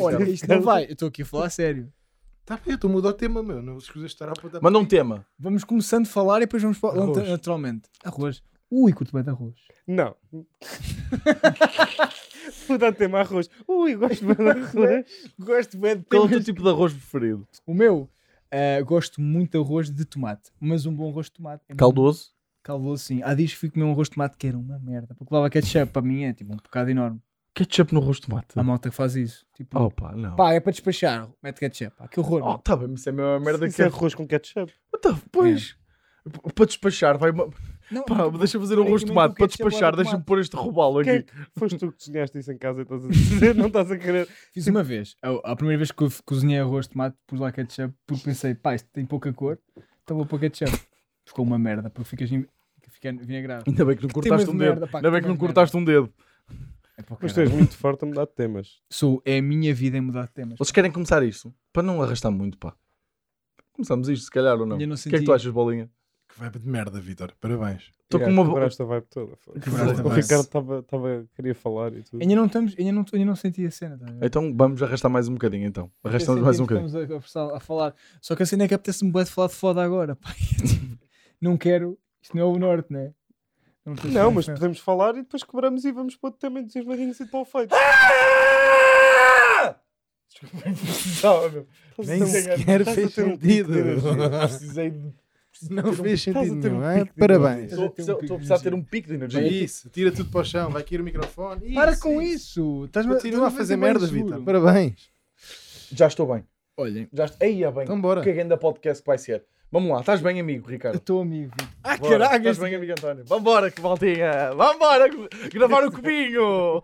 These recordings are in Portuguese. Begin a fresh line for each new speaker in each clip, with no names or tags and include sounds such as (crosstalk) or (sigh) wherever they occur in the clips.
Olha,
Então,
isto não vai. Eu estou aqui a falar a sério.
Tá bem, tu mudou o tema, meu. Não escusas de estar a apontar.
Manda um tema.
Vamos começando a falar e depois vamos falar
Arroz.
nat- naturalmente. Arroz. Ui, curto bem de arroz.
(laughs) Não. Mudar de tema arroz. Ui, gosto bem de arroz.
Gosto bem de
Qual é o teu tipo de arroz preferido?
O meu, ah, gosto muito de arroz de tomate. Mas um bom arroz de tomate. É
Caldoso?
Caldoso, sim. Há dias que fui comer um arroz de tomate que era uma merda. Porque levava ketchup, para mim é tipo um pecado enorme.
Ketchup no rosto de mate.
A malta que faz isso. Tipo,
Oh pá, não.
pá, é para despachar. Mete ketchup. Ah, que horror.
Oh,
mano.
tá bem, mas isso é a mesma merda
Isso
que
é
é.
arroz com ketchup.
Pois. P- Para despachar, vai uma.
É. Não,
Pá, deixa-me fazer um
Peraí,
rosto de
também
mate.
com
Para
ketchup lá
despachar,
do
deixa-me
tomate.
pôr este robalo
Quem é
aqui.
que foste tu que cozinhaste isso em casa e estás a dizer? Não estás a querer.
Fiz uma vez. A, a primeira vez que eu f- cozinhei arroz de tomate, pus lá ketchup, porque pensei, pá, isto tem pouca cor, então vou pôr ketchup. Ficou uma merda, porque ficas in- fica vinagrado.
Ainda bem que não
tema
cortaste
de
um dedo.
merda, pá,
Ainda
que tema
bem que não
de merda.
cortaste um dedo.
É para o
Mas tu és
caralho.
muito forte a mudar de temas.
Sou, é a minha vida em mudar de temas.
Vocês querem começar isto? Para não arrastar muito, pá. Começamos isto, se calhar, ou não? O
Eu não
que é que
senti.
tu achas, bolinha?
Que vibe de merda, Vitor. Parabéns.
Estou
Yeah,
com uma.
é, Quebraste a vibe toda. foda-se.
Quebraste a
O
vibe.
Ricardo estava- estava- queria falar e tudo.
Ainda não, estamos, ainda, não, ainda não senti a cena. Tá? a ver?
Então vamos arrastar mais um bocadinho, então. Arrastamos
Eu
mais
sei
um
é que
bocadinho.
Estamos a, conversar- a falar. Só que a cena é que apetece-me bué de falar de foda agora. (laughs) Pá. não quero. Isto não é o norte, né? não é?
Não, mas podemos falar e depois quebramos e vamos para outro tema entusiasmadinho e mal feito.
Ah!
Não, meu.
Estás a
Nem
ter um-
sequer
estás a
fez
ter um pico
sentido.
de energia.
Precisei de.
ter
Não
um-
fez
estás a
sentido
ter um
nenhum, é?
pico de
Parabéns.
energia. Estou a precisar- estou a precisar ter um
pico de
É isso, tira tudo para o chão, vai cair o microfone.
Para
Isso,
com
isso.
isso! Estás
Continua a fazer merda, Vitor. Parabéns.
Já estou bem.
Olhem,
Já estou... Aí, é bem.
Então bora.
Que ainda podcast que vai ser. Vamos lá, estás bem, amigo
eu
Ricardo?
estou amigo. Vitor.
Ah,
Bora.
Estás bem, amigo António? Vambora, que voltinha! Vambora, que-
(laughs)
gravar o cubinho!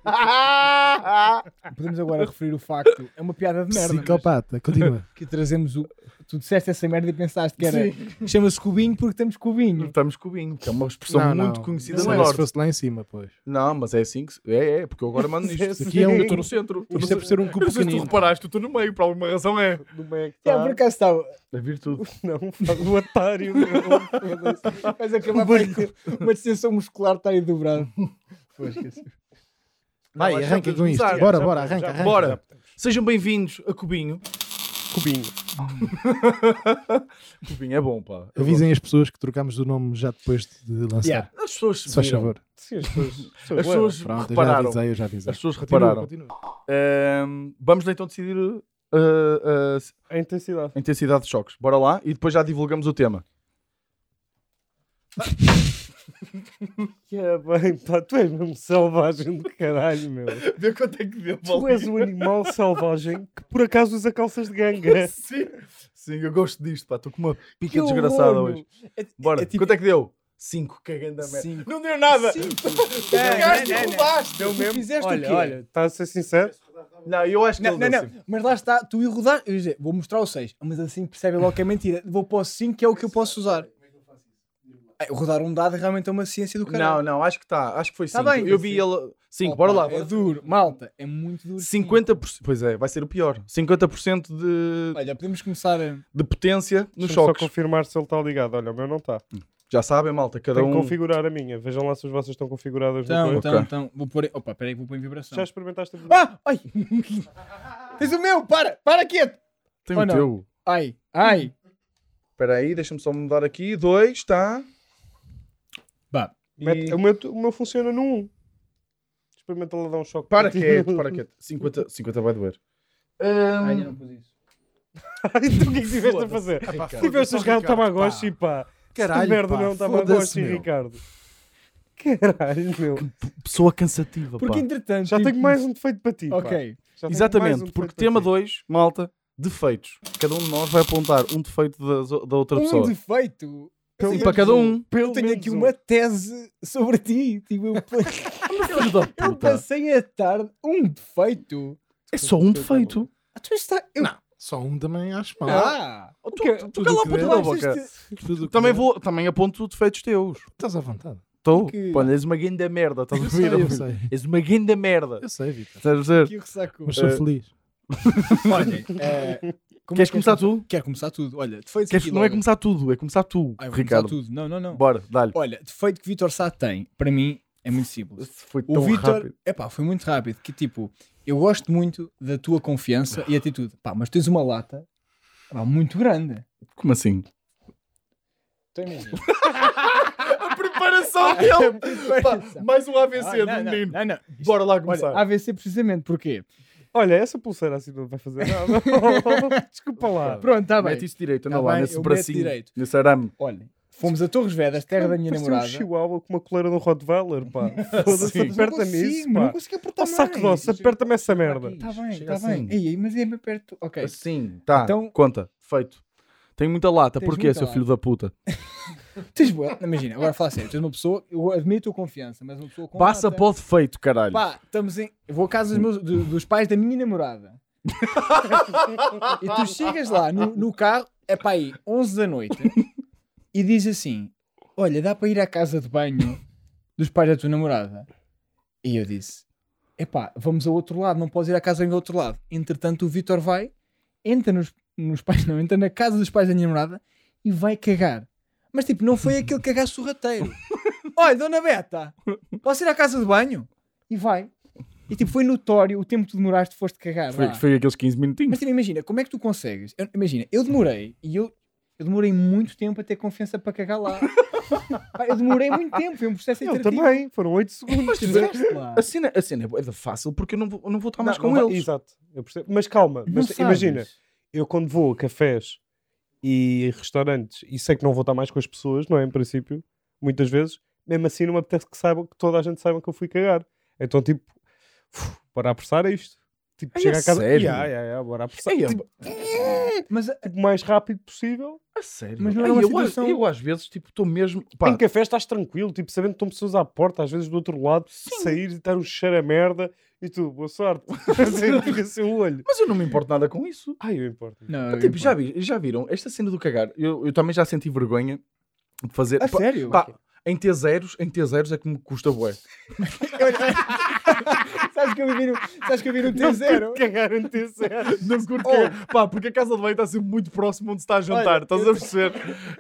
Podemos agora referir o facto. É uma piada de merda.
Psicopata, (laughs) continua.
Que trazemos o. Tu disseste essa merda e pensaste que era. Chama-se Cubinho porque temos Cubinho.
Estamos cubinho, que é uma expressão muito conhecida
não
no
é, Se
Norte.
fosse lá em cima, pois.
Não, mas é assim que. se- É, é, porque eu agora mando nisto.
Sim.
Aqui é um-
Eu estou no centro. Eu não
Isto é
sei-
por ser um
eu
cubo
não sei se tu
pequenino.
reparaste, eu estou no meio, por alguma razão é.
Do meio que
É,
tá.
por acaso estava.
A virtude.
Não, faz o otário. meu.
Mas é acabar com uma distensão muscular está aí dobrada. Pois, esqueci.
Vai,
Não, acho que
arranca
temos
com
de
isto.
começar.
Bora,
Já
bora,
podemos,
arranca,
já
arranca.
Bora! Sejam bem-vindos a Cubinho.
Cubinho.
Cubinho é bom, pá. Eu
Avisem as pessoas que trocámos o nome já depois de lançar.
Yeah.
gosto. As pessoas
Se faz
viram.
favor.
Sim, as pessoas.
As pessoas
Pronto, eu já
repararam.
avisei, eu já avisei.
As pessoas
Continua,
repararam.
continua.
Ahm, vamos então decidir ah, ah,
A intensidade.
a intensidade de choques. Bora lá e depois já divulgamos o tema.
Yeah, bem, é, pá, tu és mesmo selvagem do caralho, meu.
Vê quanto é
(laughs)
que deu,
Tu és um animal selvagem que por acaso usa calças de ganga.
(laughs) Sim. Sim, eu gosto disto, pá. Estou com uma pica
um Que horror,
desgraçada
meu.
hoje.
É-
Bora,
é tipo-
quanto é que deu? 5, cagando a merda.
Cinco.
Não deu nada!
Cinco.
pegaste e
Não, não, não.
roubaste.
Tu fizeste o
olha,
quê?
olha, estás a ser sincero?
Não, eu acho que
Não,
ele
não,
deu
não. Mas lá está, tu e rodar. Eu ia dizer, vou mostrar o 6, mas assim percebe logo que é mentira. Vou para o 5, que é o que eu posso usar. Ah, Rodar um dado realmente é uma ciência do
5.
caralho.
Não, não, acho que está. Acho que foi
Tá
5.
bem,
eu vi
sim.
ele. 5,
Opa,
bora lá.
É duro, malta, é muito duro. sim.
50%. Pois é, vai ser o pior. 50% de,
Olha, podemos começar eh, a.
de potência nos
Deixa-me só
choques.
confirmar se ele está ligado. Olha, o meu não está.
Já sabem, malta, cada
Tenho que
um.
configurar a minha. Vejam lá se as vossas estão configuradas no
Então,
meu.
então, então, vou pôr. em- Opa, peraí, que vou pôr em vibração.
Já experimentaste a minha?
Ah! Ai! (laughs) Tens o meu! Para! Para quieto!
Tem
Ou
o
não?
teu.
Ai! Ai!
Espera aí, deixa-me só mudar aqui. Dois, tá? está.
Bah,
Mete-
E-
Hum,
o, meu, o meu funciona no 1. Experimenta lá dar um choque.
Para
contigo.
quieto, para quieto. 50, 50 vai doer.
ai, não pus isso.
(laughs) Ai, então o que é que tiveste a fazer?
Epá,
Tiveste a jogar o
Ricardo,
Tamagotchi, pá.
Caralho,
Caralho, merda
pá,
não,
foda-se,
Tamagotchi,
meu.
Ricardo. Caralho, meu.
Pessoa cansativa,
Porque entretanto.
Já
tipo,
tenho mais um defeito para ti, pá.
Ok.
Já tenho mais um
Exatamente,
defeito
porque tema
para ti.
2, malta, defeitos. Cada um de nós vai apontar um defeito da, da outra
Um
pessoa.
defeito.
E para cada um.
Eu tenho
menos
aqui
um.
uma tese sobre ti. Tipo, eu, pa-
(laughs) Filho da
(laughs) eu
puta.
passei a tarde um defeito.
É só um defeito.
Ah, tu está. Eu...
Não, só um também acho mal.
Ah!
Oh,
Ok,
Tu, tu
tudo
cala
o
a
que
puta
der.
da
Mas
boca.
este-
Tudo o que
Também,
der.
vou, também aponto defeitos teus.
Estás à vontade.
Estou.
Que-
Olha, és uma guinda merda, estás a
Eu sei, eu
ouvir?
sei.
És uma guinda merda.
Eu sei, Vitor.
Estás a dizer?
Que
(laughs)
ressaco.
Mas sou
Eh,
feliz.
Olhem, eh, como é
Queres
que
começar tu?
Quero começar tudo. Olha, defeito
Queres-
aqui
não é
logo.
começar tudo, é começar tu,
Ah, eu vou começar
Ricardo.
tudo. Não, não, não.
Bora, dá-lhe.
Olha, defeito que Vitor Sá tem, para mim, É muito simples.
Isso Foi
O
tão
Vitor,
rápido.
epá, foi muito rápido. Que tipo, eu gosto muito da tua confiança e atitude. Pá, mas tens uma lata pá, muito grande.
Como assim?
Então (laughs) imagina.
A
Ah, é
preparação dele! Pá, mais um AVC
Ah,
do
não,
menino.
não, não, não.
Bora lá
Olha, ah,
começar.
AVC precisamente, porquê?
Olha, essa pulseira assim não vai fazer
(laughs)
nada. (laughs) Desculpa lá.
Pronto, está bem.
Mete isso direito, anda
Tá
lá,
bem,
nesse
eu meto
bracinho,
direito.
nesse arame.
Olha, fomos a Torres Vedras, terra da minha
Parecia
namorada.
um chihuahua com uma coleira de um Rottweiler, pá. Foda-se,
Sim.
Não
aperta
consigo,
nisso,
mas
pá.
não consigo apertar
Ó saco
mais. Tá
doce, aperta-me essa merda.
Está bem,
Chega
está bem.
assim.
Ei, ei, mas é bem perto. Ok.
Assim, tá.
Então-
Conta, feito. Tenho muita lata,
Tens
porquê,
muita
seu
lata.
filho da puta?
Tens boa. Imagina, agora fala sério. Tens uma pessoa, eu admito a tua confiança, mas uma pessoa com.
Passa
lata-
para o defeito, caralho.
Pá, estamos em. Eu vou à casa dos, meus- do- dos pais da minha namorada. e tu chegas lá no, no carro, é pá aí, 11 da noite, e diz assim: Olha, dá para ir à casa de banho dos pais da tua namorada? E eu disse: É pá, vamos ao outro lado, não podes ir à casa de banho ao outro lado. Entretanto, o Vitor vai, entra nos, nos pais, não, entra na casa dos pais da minha namorada e vai cagar. Mas tipo, não foi aquele cagar sorrateiro. Olha, dona Beta, posso ir à casa de banho? e vai. E tipo, foi notório o tempo que tu demoraste, foste cagar.
Foi,
vá.
foi aqueles 15 minutinhos.
Mas tipo, imagina, como é que tu consegues? Eu- imagina, eu demorei e eu, eu demorei muito tempo a ter confiança para cagar lá. Pá, eu demorei muito tempo, foi um processo
Eu
interativo.
também, foram 8 segundos.
Mas tu estiveste lá.
A cena, a cena é bué de fácil porque eu não vou, eu não vou
Tá
estar mais
Não,
com
não vai-
eles.
Exato, eu percebo. Mas calma,
Não
mas
sabes.
imagina, eu quando vou a cafés e restaurantes e sei que não vou estar mais com as pessoas, não é? Em princípio, muitas vezes, mesmo assim não me apetece que saibam, que toda a gente saiba que eu fui cagar. Então, tipo, uf, bora apressar isto. Tipo,
Ai,
chega
a
a casa.
sério?
Ya, ya, ya, bora apressar.
Ei, é-
tipo,
Mas eh, a-
tipo, mais rápido possível.
a sério.
Mas não
Ei,
era uma
eu,
situação-
às- eu às vezes, tipo, estou mesmo... Pá,
Em café estás tranquilo, tipo, sabendo que estão pessoas à porta, às vezes do outro lado, sair e estar um cheiro a merda e tu, boa
(laughs)
sorte. (laughs) assim, fica assim o olho.
Mas eu não me importo nada com isso.
Ai, eu importo.
Não,
Pá,
eu-
tipo, já, vi- já viram? Esta cena do cagar, eu, eu também já senti vergonha de fazer...
A
Pá,
sério?
pá, em T0, em T0 é que me custa bué.
Sabes que eu vivi no, sabes que eu vivi no T0?
Cagaram em ti, sério.
Não curto cagar. Pá, porque a casa de banho está sempre muito próximo onde se está a jantar,
oh. Olha,
estás a perceber?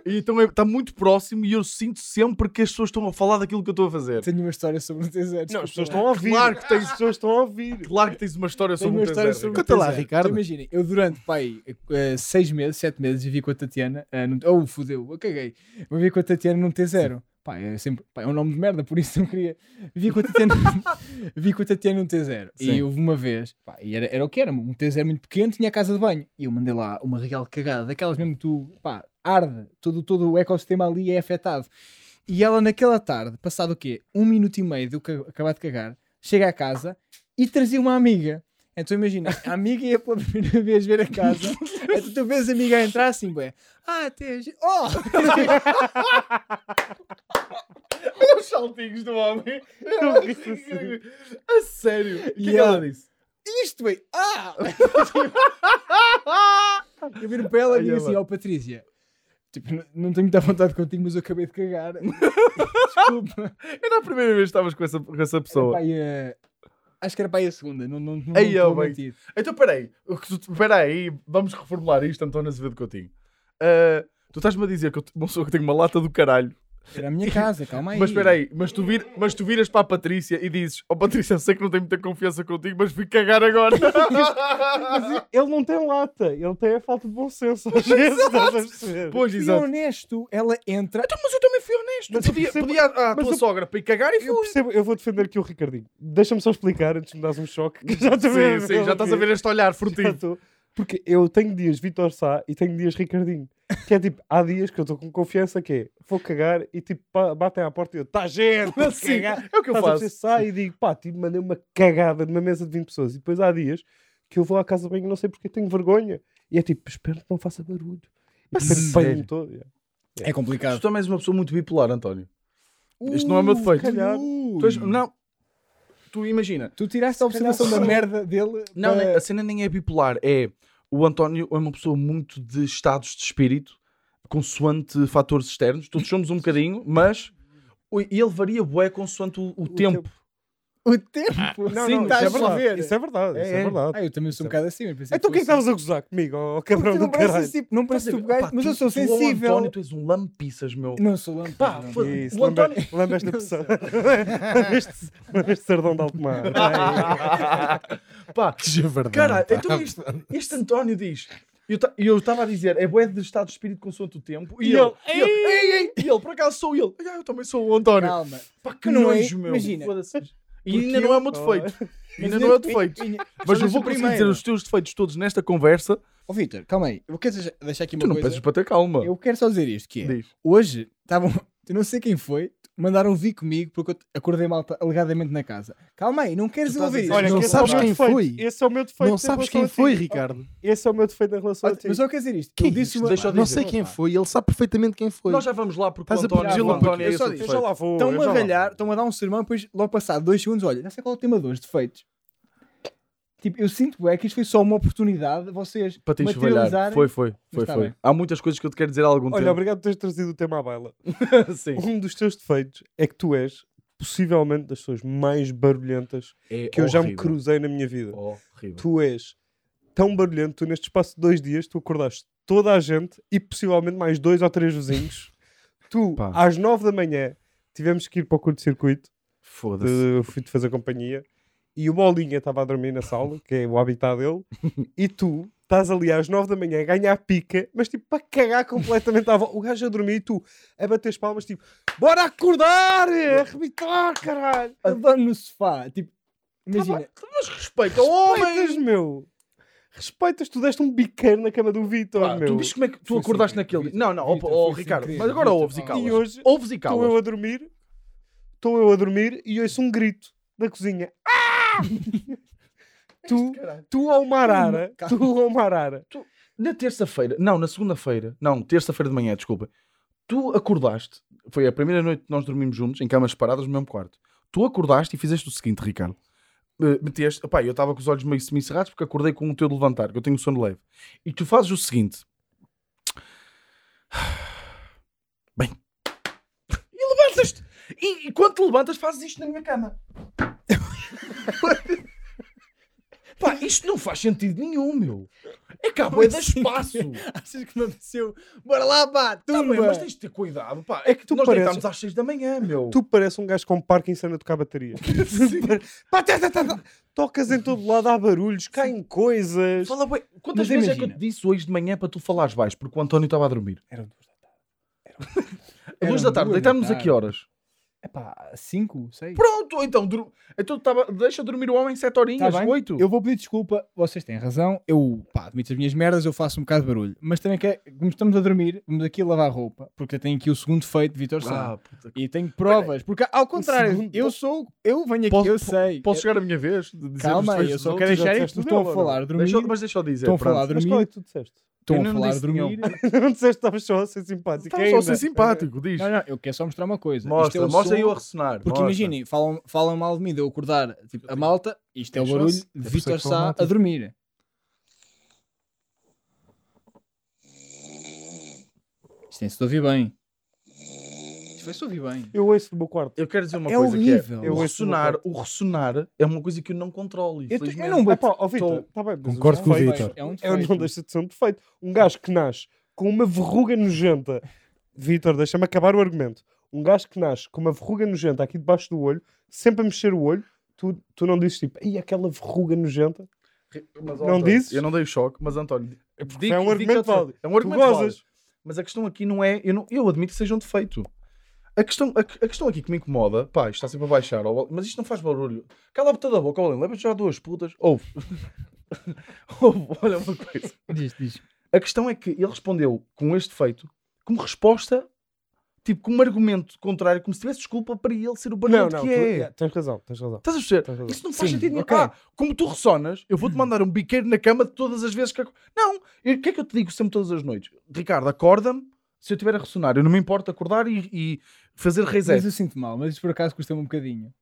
E então é- está muito próximo e eu sinto sempre que as pessoas estão a falar daquilo que eu estou a fazer.
Tenho uma história sobre o T0.
Não, as pessoas
desculpa lá.
estão a ouvir.
Claro
que tens... As pessoas estão a ouvir.
Claro que tens uma história
Tenho uma
sobre um
história
T0.
sobre
Ricardo.
Conta lá,
T0.
Ricardo.
Então, Imaginem, eu durante, pai, eh, seis meses, sete meses, vivi com a Tatiana. eh, num- oh, fodeu, eu caguei. Vivi com a Tatiana num T0. Pá, é, sempre, pá, é um nome de merda, por isso não queria. Vivi com a Tatiana, vivi com a Tatiana num (laughs) T0.
Sim.
E houve uma vez, pá, e era, era o que era, um T0 muito pequeno, tinha a casa de banho. E eu mandei lá uma real cagada, daquelas mesmo que tu, pá, arde, todo, todo o ecossistema ali é afetado. E ela naquela tarde, passado o quê? Um minuto e meio de eu ca- acabar de cagar, chega à casa e trazia uma amiga. Então imagina, a amiga ia pela (laughs) primeira vez ver a casa. Então tu vês a amiga a entrar assim, bué. Ah, até... Oh!
Os saltinhos do homem.
(laughs) Eu ri
(laughs)
assim.
A sério. E o que é que
Yeah.
ela disse?
Isto, bué. Ah! (laughs) eu viro para ela e
Aí
digo
ela-
assim, ó Patrícia. Tipo, "Não- não tenho muita vontade contigo, mas eu acabei de cagar. Desculpa.
Era a primeira vez que estavas com essa, com essa pessoa.
Pá, e, eh, Acho que era para aí a segunda, não, não, não,
Aí,
não estou
ó,
a
bem.
mentir.
Então, peraí. O que tu- Peraí, vamos reformular isto, António Azevedo Coutinho. Ah, tu estás-me a dizer que eu, te- uma pessoa que tem uma lata do caralho.
Era a minha casa, calma aí.
Mas peraí, mas tu, vir, mas tu viras para a Patrícia e dizes: Ó Patrícia, eu sei que não tenho muita confiança contigo, mas fui cagar agora. (laughs)
Mas ele não tem lata, ele tem a falta de bom senso. Às vezes, estás a perceber?
pois,
Fui
exato.
honesto, ela entra.
Então, mas eu também fui honesto.
Mas eu
podia,
percebo-
podia à à
mas
tua
eu-
sogra para ir cagar e fui.
Eu percebo, eu vou defender aqui o Ricardinho. Deixa-me só explicar antes de me dares um choque. que já estou
Sim, sim, já estás a ver este olhar
Já
furtivo.
estou. Porque eu tenho dias Vitor Sá e tenho dias Ricardinho. Que é tipo, há dias que eu estou com confiança que é, vou cagar e tipo, pá, batem à porta e eu, tá gente, vou
(laughs) Sim,
cagar.
é o que eu
Estás a
faço.
perceber? Sai e digo, pá, te mandei uma cagada numa mesa de 20 pessoas. E depois há dias que eu vou à casa bem e não sei porque tenho vergonha. E é tipo, espero que não faça barulho. E depois
sério?
apanho-me todo. yeah.
É complicado.
Tu também és uma pessoa muito bipolar, António. Este não é o meu
Uh,
defeito.
calhar.
Tu és- não. Tu imagina.
Tu tiraste a observação da merda dele.
Não,
para-
nem- a cena nem é bipolar. É o António é uma pessoa muito de estados de espírito, consoante fatores externos. Todos somos um bocadinho, mas o- ele varia bué consoante o, o tempo.
O tempo?
Não,
Sim,
não,
estás
isso é
a
verdade.
ver.
Isso é verdade.
É,
Isso é
é.
verdade.
Ah, eu também sou um bocado assim, mas pensei
Então o que é que
fosse-
estavas a gozar comigo, ó
Tu
cabrão
não
do caralho?
pareces tipo, não pareces tipo gajo,
Pá,
mas
tu-
eu sou
tu ao António,
sensível.
tu és um lampiças, meu.
Não sou lâmpada.
Pá,
não.
foda-
Isso,
O
lembra-
António-
lembra esta pessoa. Lembra este- lembra este sardão de Altomar.
Ah, Pá, (laughs)
Que javardão.
Cara,
é pá.
então isto- este António diz. E eu estava a dizer, é bué de estado de espírito consoante o tempo. E,
E
ele,
ele,
e ele, ei, ei, e ele, por acaso sou ele. Ah, eu também sou o António.
Calma.
Pá, que
Não é-
nojo, meu.
imagina.
Foda-se. E
Porque
ainda não é o meu
eu-
defeito. ainda
Mas
não é o
ainda-
defeito.
ainda-
Mas
só
eu vou
deixa
conseguir dizer
primeiro.
os teus defeitos todos nesta conversa.
Ó Vitor, calma aí. Eu quero deixar- deixar aqui
Tu
uma
não
coisa.
peças para ter calma.
Eu quero só dizer isto, que é...
Diz.
Hoje, estavam... (laughs) Eu não sei quem foi, mandaram vir comigo porque eu acordei mal alegadamente na casa. Calma aí, não queres
Tu estás a
ouvir
dizer-
isto.
Olha,
que
não
esse é o
sabes
meu
quem
defeito.
foi.
Esse é o meu defeito.
Não
em
sabes
relação
quem
a ti.
foi, Ricardo.
Esse é o meu defeito em relação a
Olha,
ti.
Mas só quero dizer isto.
Que
eu
é
disse
isto?
uma...
Deixa eu
Não
dizer.
sei quem foi, ele sabe perfeitamente quem foi.
Nós já vamos lá porque
Estás
o
a
António,
puxar
o
lá,
António é
porque eu
esse
só
o
disse-
Eu
defeito.
já lá vou. eu
Estão-me
já
a
lá vou.
ralhar, estão-me a dar um sermão, depois logo passado dois segundos, olha, não sei qual é o tema 2, defeitos. Tipo, eu sinto é que isto foi só uma oportunidade, vocês
Para te enxovalhar.
materializarem.
Foi, foi, foi,
está
foi.
bem.
Há muitas coisas que eu te quero dizer há algum
tá Olha,
tempo.
obrigado por teres trazido o tema à baila. (laughs)
Sim.
Um dos teus defeitos é que tu és possivelmente das pessoas mais barulhentas
É
que eu já me
horrível.
cruzei na minha vida.
Horrível.
Tu és tão barulhento, tu neste espaço de dois dias, tu acordaste toda a gente e possivelmente mais dois ou três vizinhos. tu,
Pá.
às nove da manhã, tivemos que ir para o curto-circuito,
Foda-se. Tá
de- fui-te fazer companhia, e o Bolinha estava a dormir na sala, que é o habitat
(laughs)
dele, e tu estás ali às nove da manhã a ganhar pica, mas tipo, para cagar completamente à volta. O gajo a dormir e tu a bater as palmas, tipo, bora acordar, eh, a rebitar, caralho.
Adoro no sofá,
Tá
tipo, imagina,
Mas respeita oh, o homem.
Respeitas, meu. Respeitas, tu deste um biqueiro na cama do Vitor,
Ah,
meu.
tu dizes como é que tu
Foi
acordaste
sem querer,
naquele dia.
Vitor.
Não, não, ó,
Vitor,
ó,
foi sem
Ricardo,
querer,
mas agora
Vitor,
ouves e
calma.
calas.
E hoje
Ouves e
estou
calas.
eu a dormir, estou eu a dormir e ouço um grito da cozinha. Ah!
(laughs)
tu, tu ao uma arara, tu ao uma arara.
Na terça-feira, não, na segunda-feira, não, terça-feira de manhã, desculpa. Tu acordaste, foi a primeira noite que nós dormimos juntos, em camas separadas, no mesmo quarto. Tu acordaste e fizeste o seguinte, Ricardo. Eh, meteste, pá, eu estava com os olhos meio semicerrados porque acordei com o teu de levantar, que eu tenho sono leve. E tu fazes o seguinte. (sighs) Bem. E levantas-te. E, e quando te levantas, fazes isto na minha cama. (laughs) Pá, isto não faz sentido nenhum, meu. É que há bué de
Assim que-
espaço.
(laughs) achas que me apeteceu, bora lá pá,
Tá bem, mas
tumba!
tens de ter cuidado, pá.
É que tu
nós
pareces-
deitámos às 6 da manhã, meu.
Tu parece um gajo com Parkinson a tocar
(laughs)
bateria. (laughs) Pá, tá, tá, tá, tá. Tocas em todo lado, há barulhos, caem coisas.
Fala, bué. Quantas
Mas
vezes é que
imagina.
eu te disse hoje de manhã para tu falares baixo? Porque o António estava a dormir.
Eram duas da tarde.
Às 2 da tarde, deitámos a que horas?
Epá, cinco, seis?
Pronto, então, dur... então tava... deixa dormir o homem 7 horinhas,
Tá bem.
8.
Eu vou pedir desculpa, vocês têm razão. Eu, pá, admito as minhas merdas, eu faço um bocado de barulho. Mas também que, como estamos a dormir, vamos aqui a lavar roupa, porque eu tenho aqui o segundo feito de Vitor Sá.
Ah, puta que-
E tenho provas, porque ao contrário,
segundo-
eu sou, eu venho aqui,
Posso-
eu sei.
Posso chegar à minha vez? de dizer
Calma
os
aí, eu
defeitos dos
só
outros?
quero
já
deixar isto.
disseste o é?
Estão
dela,
a falar, dormir.
Deixa eu- Mas deixa eu dizer.
Estão a
pronto.
falar,
Mas qual é
dormir.
que tu disseste? (laughs)
Estão
Eu
a
não
falar,
disse nenhum.
dormir.
Não disseste que estavas só a ser simpático.
Estava só a
ainda.
ser simpático, diz.
Não, não, eu quero só mostrar uma coisa. Isto
Mostra,
é o
mostra
som-
eu a ressonar.
Porque
mostra.
imaginem, falam, falam mal de mim, de eu acordar tipo, a malta, isto é o
Tem
barulho
chance.
de
É por isso é
Vitor
que falam
Sá
mal,
a
tipo.
dormir. Isto tem-se de ouvir bem. Isto foi-se ouvir bem.
Eu ouço do meu quarto.
Eu quero dizer uma
É
coisa
horrível.
que é,
Eu
o
ouço uma
ressonar, o ressonar é uma coisa que eu não controlo,
Eu, te-
infelizmente.
eu não
Ah,
bato.
pá, ó, Vitor, tá bem, mas
Concordo
os
com o
defeitos-
Vitor.
É um
Eu não
defeito.
deixa de ser um defeito. Um gajo que nasce com uma verruga nojenta. Vitor, deixa-me acabar o argumento. Um gajo que nasce com uma verruga nojenta aqui debaixo do olho, sempre a mexer o olho, tu, tu não dizes tipo, ei, aquela verruga nojenta.
Mas,
Não
António,
dizes?
Eu não dei o choque, mas António.
É porque
digo-
é um
digo
argumento
outra-
válido.
É um argumento
gozas.
válido. Mas a questão aqui não é. Eu, não- eu admito que seja um defeito. A questão, a, a questão aqui que me incomoda, pá, isto está sempre a baixar, ó, mas isto não faz barulho. Cala a puta da boca, Olhem, leva-te já duas putas. Ouve. (laughs) Ouve, olha uma coisa.
Diz, diz.
A questão é que ele respondeu com este defeito, como resposta, tipo, como argumento contrário, como se tivesse desculpa para ele ser o
Não,
barulho
não,
que
tu-
é.
yeah, tens razão, tens razão.
Estás a perceber?
Tens razão.
Isso não faz
Sim,
sentido nenhum.
ok. Hum.
Ah, como tu ressonas, eu vou-te mandar um biqueiro na cama de todas as vezes que. ac- Não! eu- O que é que eu te digo sempre todas as noites? Ricardo, acorda-me se eu tiver a ressonar. Eu não me importo acordar e, e fazer
Mas
reset.
eu sinto mal, mas isso por acaso custa-me um bocadinho.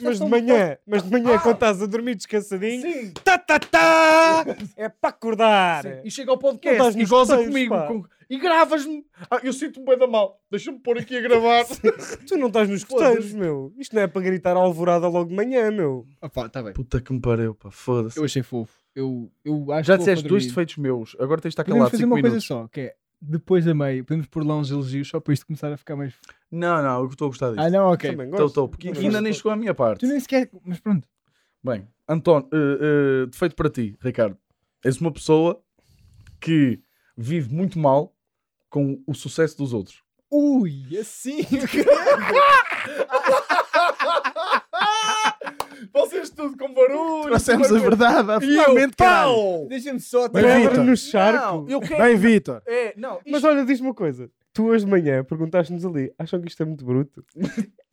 Mas de manhã, mas de
Ah!
manhã, quando estás a dormir descansadinho, tá, tá,
(laughs)
tá, é para acordar.
é.
E chega ao
Não
podcast
dás
e
nos
goza
roteiros,
comigo.
pá.
com- E gravas-me. Ah, eu sinto-me bem da mal. Deixa-me pôr aqui a
(laughs)
gravar.
Tu não estás nos
Foda-se.
coteiros, meu. Isto não é para gritar alvorada logo de manhã, meu.
Opa, está bem.
Puta que me pariu, pá. Foda-se.
Eu achei fofo. Eu, eu acho fofo
Já
a
disseste dois
dormir.
defeitos meus. Agora tens de estar
Podemos
calado
fazer
5
uma
minutos.
coisa só, que é depois a meio, podemos pôr lá uns elogios só para isto começar a ficar mais.
Não, não. Eu estou a gostar disso.
Ah, não, ok.
Também gosto. é
Estou, estou. Porque
Também
ainda
gosto.
nem chegou à minha parte.
Tu nem sequer. Mas pronto.
Bem, António, eh, eh, defeito para ti, Ricardo. És uma pessoa que vive muito mal com o sucesso dos outros.
Ui, assim.
(laughs) Vocês tudo com barulho.
Trouxemos a verdade,
Finalmente,
absolutamente, caralho.
pau!
Deixa-me só.
Bem,
tirar-
Pedra
Vitor.
no charco.
eu quero.
Bem, Vitor.
É, não,
Mas olha, diz-me uma coisa. Tu hoje de manhã perguntaste-nos ali, acham que isto é muito bruto?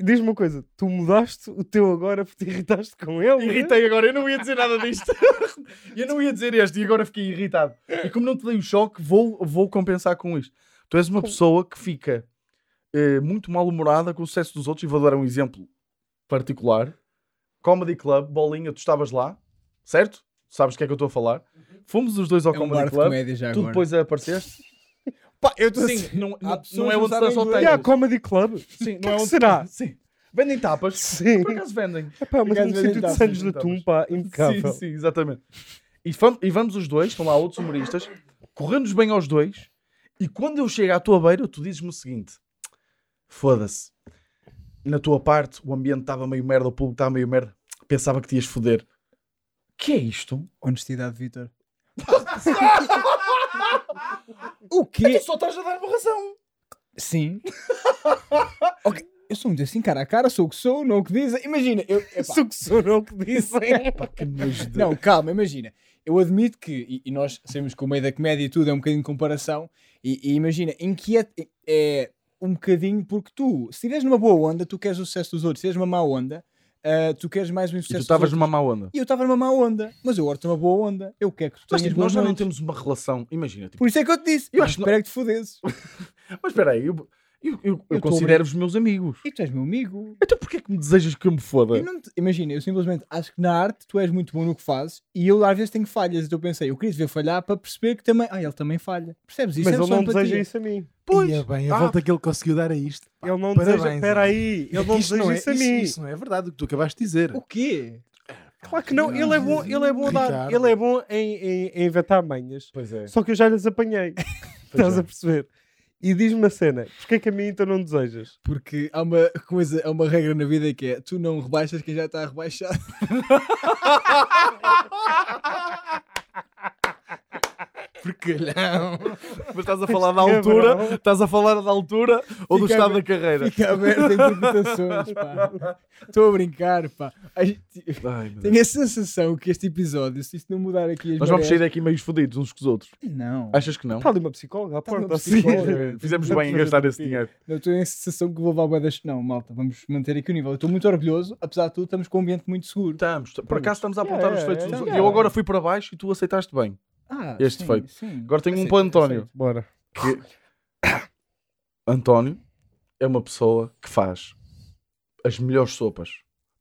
diz-me uma coisa, tu mudaste o teu agora porque te irritaste com ele?
Irritei agora, eu não ia dizer nada disto. (laughs) eu não ia dizer este e agora fiquei irritado. E como não te dei o choque, vou, vou compensar com isto. Tu és uma pessoa que fica eh, muito mal-humorada com o sucesso dos outros e vou dar um exemplo particular. Comedy Club, bolinha, tu estavas lá, certo? Sabes do que é que eu estou a falar? Fomos os dois ao
É um bar de
Comedy Club,
comédia já
tu
agora.
depois apareceste.
Pá, eu tô assim-
Sim, não, não,
pessoas
é
que não
onde
sabem
estás ao
inglês.
E há
tempo.
Comedy Club? que
Sim, não é onde
será?
Sim. Vendem tapas.
Sim.
Por acaso vendem.
Epá, mas
Obrigado,
um sítio de
Benedito.
Santos de Atum, pá, impecável.
Sim, sim, exatamente. E, fam- e vamos os dois, estão lá outros humoristas, correndo-nos bem aos dois, e quando eu chego à tua beira, tu dizes-me o seguinte: foda-se, na tua parte o ambiente estava meio merda, o público estava meio merda, pensava que te ias foder. Que é isto?
Honestidade, Vitor. (laughs) o quê?
Tu só estás a dar-me razão.
(laughs) Sim. Ok, Eu sou muito assim, cara a cara, sou o que sou, não o que dizem. Imagina, eu. epá.
Isso é o que sou, não o que dizem.
Pá, que nojo de-
Não, calma, imagina. Eu admito que, e, e nós sabemos que o meio da comédia e tudo é um bocadinho de comparação, e, e imagina, inquieta é um bocadinho porque tu, se estiveres numa boa onda, tu queres o sucesso dos outros, se estiveres numa má onda, ah, tu queres mais um
E
sucesso
tu
dos
estavas
outros.
numa má onda.
E eu estava numa má onda, mas eu agora estou numa boa onda, eu quero que tu
Mas
tenhas
tipo,
boas
nós já não
noites.
temos uma relação. Imagina, tipo,
Por isso é que eu te disse, eu
Eu acho que não-
espero que te
(laughs)
fodesses.
mas espera aí, eu, eu, eu,
Eu
eu
tô
considero-vos meus amigos.
E tu és meu amigo.
Então porquê que me desejas que eu me foda?
Eu não te- Imagina, eu simplesmente acho que na arte tu és muito bom no que fazes e eu às vezes tenho falhas. Então eu pensei, eu queria te ver falhar para perceber que também. Ah, ele também falha. Percebes? Isso
Mas
é
ele
só
não
empatia.
deseja isso a mim.
Pois.
Ia é bem, a
Ah.
volta que ele conseguiu dar a isto. Pá,
Ele não
parabéns,
deseja,
Ana.
espera aí,
É
ele
que
não
isto
deseja isso a
isso,
mim.
Isso não é verdade o que tu acabaste de dizer.
O quê?
Claro que não, ele é bom, ele é bom, a dar,
Ricardo.
ele é bom em, em, em inventar manhas.
Pois é.
Só que eu já lhes apanhei. Estás a perceber? E diz-me a cena, porquê que a mim então não desejas?
Porque há uma coisa, há uma regra na vida que é tu não rebaixas quem já está
(laughs)
rebaixado.
Percalhão.
Mas estás a falar da
Que
altura,
cabrão.
estás a falar da altura ou do
é Fica
estado
bem.
da carreira?
Fica aberto a interpretações, pá. Estou a brincar, pá. Ai, ti-
Ai, meu Deus.
Tenho a sensação que este episódio, se isto não mudar aqui as
Nós vamos Ah. sair
marés-
daqui meio fodidos uns com os outros.
Não.
Achas que não?
Tá
Está Tá ali uma psicóloga à
ali uma
porta. assim.
psicóloga.
Fizemos bem em gastar esse dinheiro.
Eu estou em sensação que vou levar boedas. Não, malta, vamos manter aqui o nível. Eu Estou muito orgulhoso, apesar de tudo, estamos com um ambiente muito seguro.
Estamos, por acaso estamos a
Yeah,
É,
apontar os
yeah,
feitos dos
yeah,
outros.
yeah.
Eu agora fui para baixo e tu aceitaste bem.
Ah,
Este
sim,
feito.
sim. é
Agora tenho um
Aceito,
para António.
aceito.
(laughs) Bora.
António é uma pessoa que faz as melhores sopas.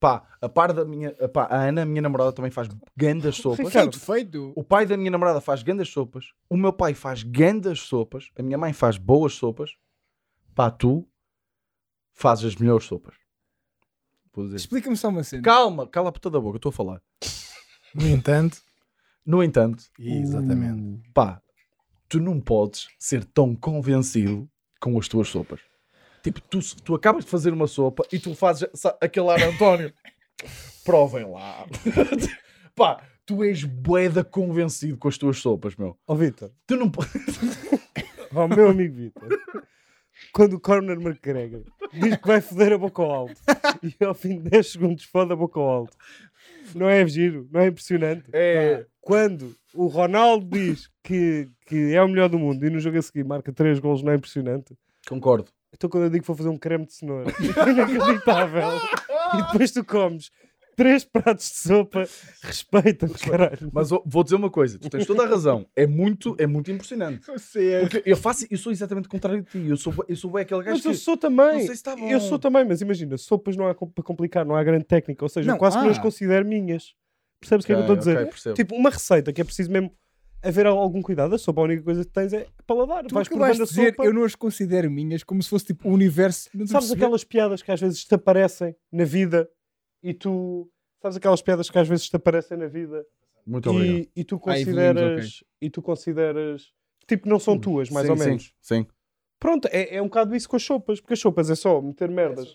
Pá, a par da minha. Pá, a Ana, a minha namorada, também faz grandes sopas.
Mas é o defeito.
O pai da minha namorada faz grandes sopas. O meu pai faz grandes sopas. A minha mãe faz boas sopas. Pá, tu fazes as melhores sopas. Vou dizer.
Explica-me só uma cena.
Calma, cala a puta da boca, eu estou a falar.
No entanto,
No entanto,
Uh. exatamente.
pá, tu não podes ser tão convencido com as tuas sopas. Tipo, tu, tu acabas de fazer uma sopa e tu fazes sa- aquele ar António. Provem lá. pá, tu és boeda convencido com as tuas sopas, meu.
Ó Vitor,
Tu não podes.
ao meu amigo Vitor, quando o Conor McGregor diz que vai foder a boca ao alto e ao fim de 10 segundos fode a boca ao alto, não é giro, não é impressionante.
É.
Quando o Ronaldo diz que, que é o melhor do mundo e no jogo a seguir marca 3 golos, não é impressionante.
Concordo.
(laughs) Então quando eu digo que vou fazer um creme de cenoura, é inacreditável. e depois tu comes Três pratos de sopa. Respeita-me, caralho.
Mas ó, vou dizer uma coisa, tu tens toda a razão. É muito, é muito impressionante.
Você
Porque eu faço, eu sou exatamente o contrário de ti. Eu sou, bué- eu sou bué aquele gajo
Mas
que
eu sou
não sei
também.
se está bom.
Eu sou também, mas imagina, sopas não há com- para complicar, não há grande técnica. Ou seja,
Não,
eu quase que não as
ah.
considero minhas. Percebes o que é que eu estou a dizer? Tipo, uma receita que é preciso mesmo haver algum cuidado. A sopa, a única coisa que tens é paladar.
tu
Vais
acabaste
provando
de
a
dizer,
sopa.
eu não as considero minhas, como se fosse tipo o universo. Não
Sabes aquelas piadas que às vezes te aparecem na vida e tu. Sabes aquelas piadas que às vezes te aparecem na vida
Muito obrigado.
e, e tu
Ah, evoluímos,
consideras. E tu consideras. Tipo, não são tuas, mais
Sim,
ou
sim,
menos.
Sim.
Pronto, é, é um bocado isso com as sopas, porque as sopas é só meter merdas.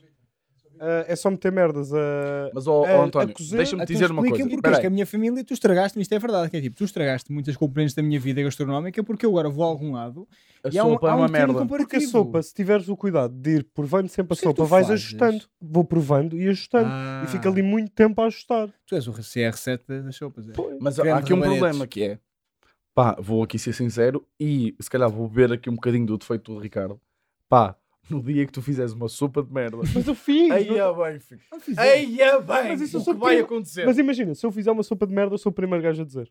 Ah, é só meter merdas. ah,
Mas, ó, ó,
É, a
António,
cozer-
deixa-me dizer uma coisa.
Então Explica-me porque
Espera
és
aí.
que a minha família, tu estragaste-me, isto é verdade. Que é tipo, tu estragaste muitas componentes da minha vida gastronómica porque eu agora vou a algum lado
A
e há um,
sopa é
há um
tipo
uma
termo
merda.
porque a
comparativo.
sopa, se tiveres o cuidado de ir provando sempre a
que é que
sopa,
tu
vais
fazes?
ajustando. Vou provando e ajustando.
Ah,
E fica ali muito tempo a ajustar.
Tu és o CR7 da- das sopas. É.
Mas há
Grande
aqui um
rabanetes.
problema que é. Pá, vou aqui ser sincero e se calhar vou beber aqui um bocadinho do defeito do Ricardo. Pá, no dia que tu fizeres uma sopa
(laughs)
de merda.
Mas eu fiz!
Aí é bem, filho.
Não fiz isso.
Aí é bem.
Mas isso eu
o
sou
que vai
primo.
acontecer?
Mas imagina, se eu fizer uma sopa de merda, eu sou o primeiro gajo a dizer.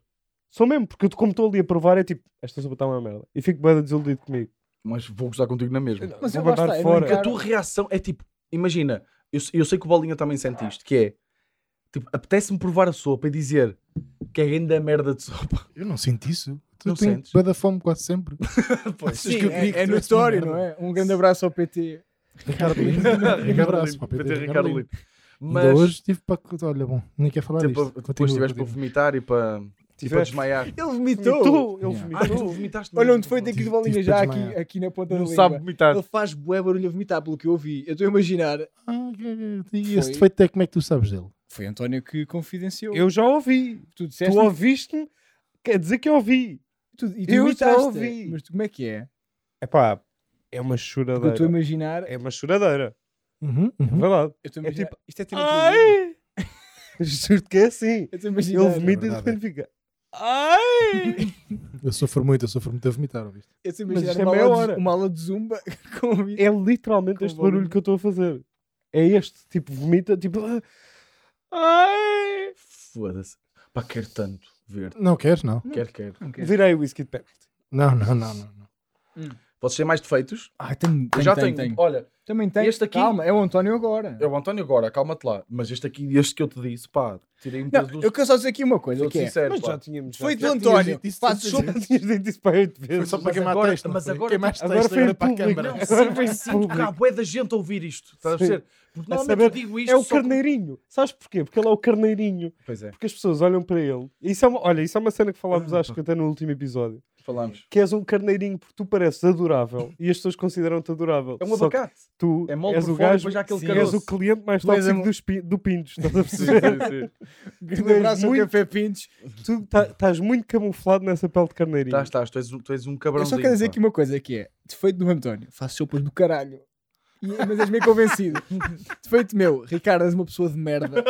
Sou mesmo, porque eu, como estou ali a provar, é tipo, esta sopa está uma merda. E fico bem desiludido comigo.
Mas vou gozar contigo na mesma.
Mas
Vou
eu lá
mandar
está, eu
fora.
não encaro-
A tua reação é tipo, imagina, eu, se- eu sei que o Bolinha também sente isto, que é, tipo, apetece-me provar a sopa e dizer que é ainda a merda de sopa.
Eu não sinto isso. Tu
Não
tens
sentes?
bué da fome quase sempre.
Pois.
Achas
Sim,
que eu queria que
é, é
tivesse
notório,
uma
não
merda?
é? Um grande abraço ao PT.
(laughs) Ricardo Lima. Um abraço para o
Para
PT
ter Ricardo
Ricardo Lima.
Lima.
Ainda
Mas,
hoje tive para... Olha, bom, nem quer falar
tipo,
disto.
depois
Continua,
tiveste para
continua.
vomitar e para, e para desmaiar.
Ele
Vomitou, ele
Yeah.
Ah, tu
vomitou.
vomitaste
Olha onde
mesmo.
foi, tem que ir Tipo, de bolinha
Tive- tive
já
para
aqui,
desmaiar.
aqui na ponta
Não
da
sabe
língua.
vomitar.
Ele faz bué barulho a vomitar, pelo que eu ouvi. Eu estou a imaginar.
Ah, que- e esse
Foi.
defeito é como é que tu sabes dele?
Foi António que confidenciou.
Eu já ouvi.
tu
Tu
disseste
ouviste-me? Quer dizer que eu ouvi.
tu, e tu
eu já
imitaste.
ouvi.
Mas tu, como é que é?
É pá, é uma
Porque eu estou a
choradeira.
imaginar.
É uma choradeira.
Uhum,
É
uhum.
verdade.
Eu estou a imaginar.
tipo,
isto é ter
(laughs) Ai! Juro que é assim.
Eu estou a imaginar.
Ele vomita e de
verdade.
repente fica. Ai!
Eu sofro muito, eu sofro muito a vomitar, ouviste?
Eu estou a
Mas
imaginar
isto é
uma,
meia
aula de,
hora.
uma aula de zumba (laughs) com o
É literalmente
Com
este
barulho.
barulho que eu estou a fazer. É este. Tipo, vomita, tipo. "Ah, Ai!
Foda-se. Pá, quero tanto ver.
Não queres, não?
Quero, quero.
Virei o whisky de penalty.
Não, não, não. não. não.
Vocês têm mais defeitos?
Ah, tenho,
Eu
tenho,
já
tenho,
tenho.
tenho.
Olha,
Também tenho.
Este aqui-
Calma, é o António agora.
é o António agora, calma-te lá. Mas este aqui, este que eu te disse, pá, tirei um muitas
Não,
dúvidas.
eu quero só dizer aqui uma coisa,
Sou
que é,
sincero,
Mas
pá.
já tínhamos.
foi
já
do
tínhamos-
António,
dito isso
faz
tantas
sopa,
Já tinhas dito isso para oito
Foi
vezes.
só para
Mas
queimar
agora-
texto, não
mas
foi?
agora-
Queimaste
agora
texto,
foi
agora
em
para a
público.
(laughs)
câmara.
Não,
Agora
sinto
foi
que- sinto que há
público.
bué da gente a ouvir isto. Estás a
Sim.
perceber? Porque
A
normalmente eu
saber-
digo isto.
É o
só com-
carneirinho. Sabes porquê? Porque ele é o carneirinho.
Pois é,
Porque as pessoas olham para ele. E Isso é uma, olha, isso é uma cena que falámos,
Ah,
acho que até no último episódio.
falámos.
Que és um carneirinho porque tu pareces adorável e as pessoas consideram-te adorável.
É um
Só que
abacate.
tu
É mole
és
por
o
fora,
gajo.
depois há aquele
sim, és
caroço.
o cliente mais
Tu és
tóxico
a-
dos pin- do
(laughs)
Pintos. Estás a perceber?
grande abraço ao
Muito-
Café Pintos.
tu tá- estás muito camuflado nessa pele de carneirinho.
Estás, estás, tu és, um- tu és um
Eu
cabrãozinho.
só quero dizer
pá.
aqui uma coisa, que é, defeito do António, faço sopas do caralho. E- mas és meio convencido. defeito meu, Ricardo, és uma pessoa de merda.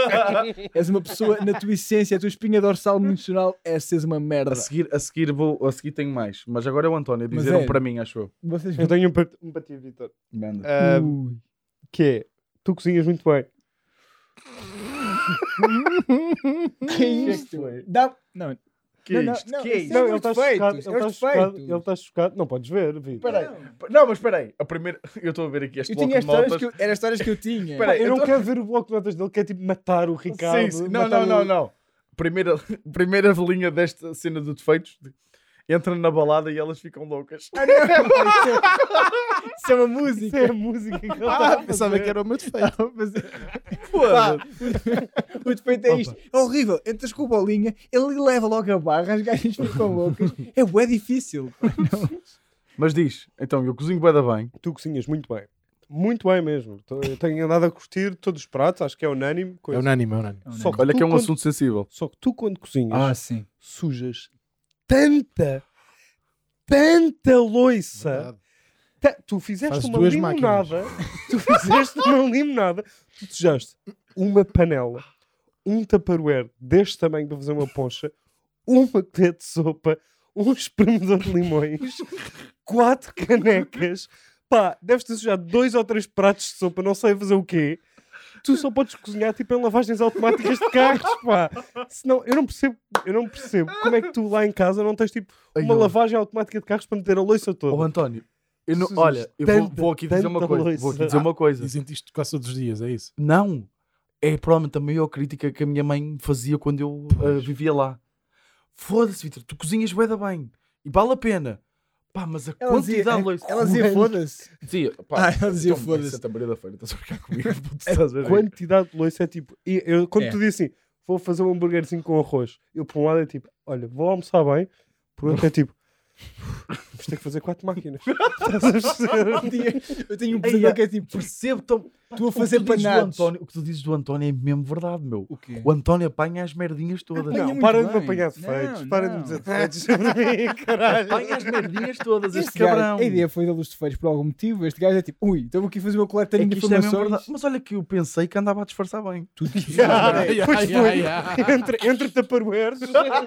és uma pessoa, na tua essência, a tua espinha dorsal emocional é seres uma merda.
A seguir, a seguir vou, a seguir tenho mais. Mas agora é o António.
Mas
Dizeram
é.
para mim, acho eu.
Vocês
Eu tenho um, pat- um patinho, Vitor.
Manda.
Ah,
Ui.
que é: tu cozinhas muito bem.
Que é isto? Dá... Não,
Que
não,
é
não,
isto?
não,
que é
isso
isto?
Não,
os
ele está
defeitos,
chocado.
é
Ele
os
está chocado.
defeitos.
Ele está chocado. Não podes ver, Vitor.
Peraí.
Não.
Não, mas espera aí. A primeira... (laughs) Eu estou a ver aqui este
Eu
bloco
tinha
de
as histórias
notas.
que eu, era as histórias que eu tinha.
Espera aí,
eu
eu
não
tô-
quero ver o bloco de notas dele, quer tipo matar o Ricardo.
Sim, sim. Não,
matar
não,
o-
não, não. Primeira, (laughs) primeira linha desta cena de defeitos. de- Entra na balada e elas ficam loucas.
Isso é uma
(laughs)
Isso
música.
é a música que ele está
Ah,
a
pensava
fazer.
que era o meu defeito.
Pá, o defeito é isto. É horrível. Entras com a bolinha, ele leva logo a barra, as gajas ficam loucas. É bué difícil.
Mas diz, então, eu cozinho bué da bem.
Tu cozinhas muito bem. Muito bem mesmo. Tô- Eu tenho andado a curtir todos os pratos, acho que é unânime.
É
coisa.
unânime, é unânime.
Só
Olha
tu
que é um
quando-
assunto Ah. sensível.
Só que tu quando cozinhas,
sim.
sujas tanta, tanta loiça.
Verdade.
Ta- Tá, tu fizeste
Fazes
uma
duas
limonada. (laughs) Tu fizeste uma limonada. Tu sujaste uma panela, um tupperware deste tamanho para fazer uma poncha, uma colher de sopa, um espremedor de limões, quatro canecas. Pá, deves ter sujado dois ou três pratos de sopa, não sei fazer o quê. tu só podes cozinhar tipo em lavagens automáticas de carros, pá. Senão, eu não percebo, eu não percebo como é que tu lá em casa não tens tipo
Ai,
uma
olha.
lavagem automática de carros para meter a louça toda.
Ó António, eu não-
Jesus,
olha, eu vou,
tanta-
vou aqui dizer uma
tanta
coisa.
louça.
Vou aqui dizer uma coisa.
Dizem isto quase todos os dias, é isso?
Não. É provavelmente a maior crítica que a minha mãe me fazia quando eu ah, vivia lá. Foda-se, Vitor, tu cozinhas bué da bem. E vale a pena. Pá, mas a
Ela dizia,
quantidade de leite.
ela dizia foda-se.
Dizia, pá,
Ah, ela dizia
então,
foda-se.
Santa Maria da Feira, estás a brincar comigo? (laughs) puto, estás a ver?
quantidade de louça é tipo. e eu- quando
É.
tu dizes assim, vou fazer um hambúrguerzinho com arroz, eu por um lado é tipo, olha, vou almoçar bem, por outro é tipo, vamos ter que fazer quatro máquinas. (laughs) Estás a perceber?
Um (laughs) dia eu tenho um
Ei,
pesadelo que é tipo,
Percebo tão...
tu a
O que
fazer
tu dizes do
panados.
António- O que tu dizes do António é mesmo verdade, meu.
O quê?
O António apanha as merdinhas todas.
Apanha um-
Não,
muito
para de
bem.
me apanhar defeitos,
Não,
para de
não.
me dizer (laughs) defeitos sobre mim,
(laughs)
caralho.
Apanha as merdinhas todas, este,
Este
cabrão.
gajo, é a ideia foi da Luz de Feiras por algum motivo. Este gajo é tipo, ui, então vou aqui fazer uma coletânea
É
de
que isto é mesmo
informações.
verdade. Mas olha que eu pensei que andava a disfarçar bem. (laughs)
Tudo é?
Pois foi, entre, entre taparueiros.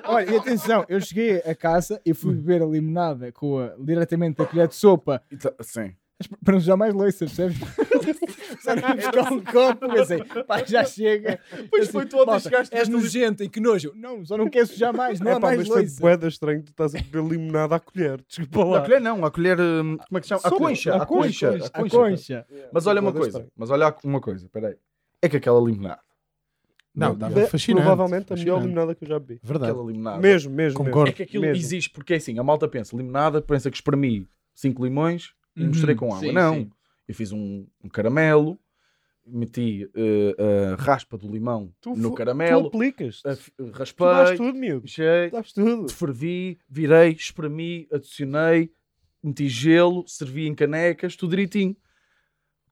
Olha, e atenção, eu cheguei a casa e
Hum.
fui beber a limonada com a, diretamente a colher de sopa
tá, Sim.
mas p- para não usar mais leiça,
(laughs)
percebes? Só não buscar um copo, pensei, pá, já chega.
Pois
Assim,
foi tu ontem
malta,
chegaste
És nojento e que nojo. Não, só não quero sujar mais, não há
Epá,
é mais
mas foi
leiça.
boeda estranho, que tu estás a beber limonada à colher. Desculpa
Não,
lá.
a colher não, a colher. hum,
Ah,
Como é que se chama? A
Sopa.
concha, a
A concha,
concha. a
A
concha.
concha.
Mas olha uma
Boeda
coisa,
estranho.
mas olha uma coisa, peraí. É que aquela limonada,
Não,
Mas
estava
é
fascinante.
Provavelmente a melhor
fascinante.
limonada que eu já bebi.
Verdade.
aquela limonada.
Mesmo, mesmo.
Concordo.
É que aquilo
Mesmo.
existe, porque é assim, a malta pensa, limonada, pensa que espremi cinco limões e
Uhum,
mostrei com água.
sim,
não,
sim.
eu fiz um, um caramelo, meti eh, a raspa do limão
Tu
no
fu- Tu
caramelo,
aplicas.
a-
Tu um- dás
raspei,
tudo, miúdo.
enchei,
Tu dás tudo.
fervi, virei, espremi, adicionei, meti gelo, servi em canecas, tudo direitinho.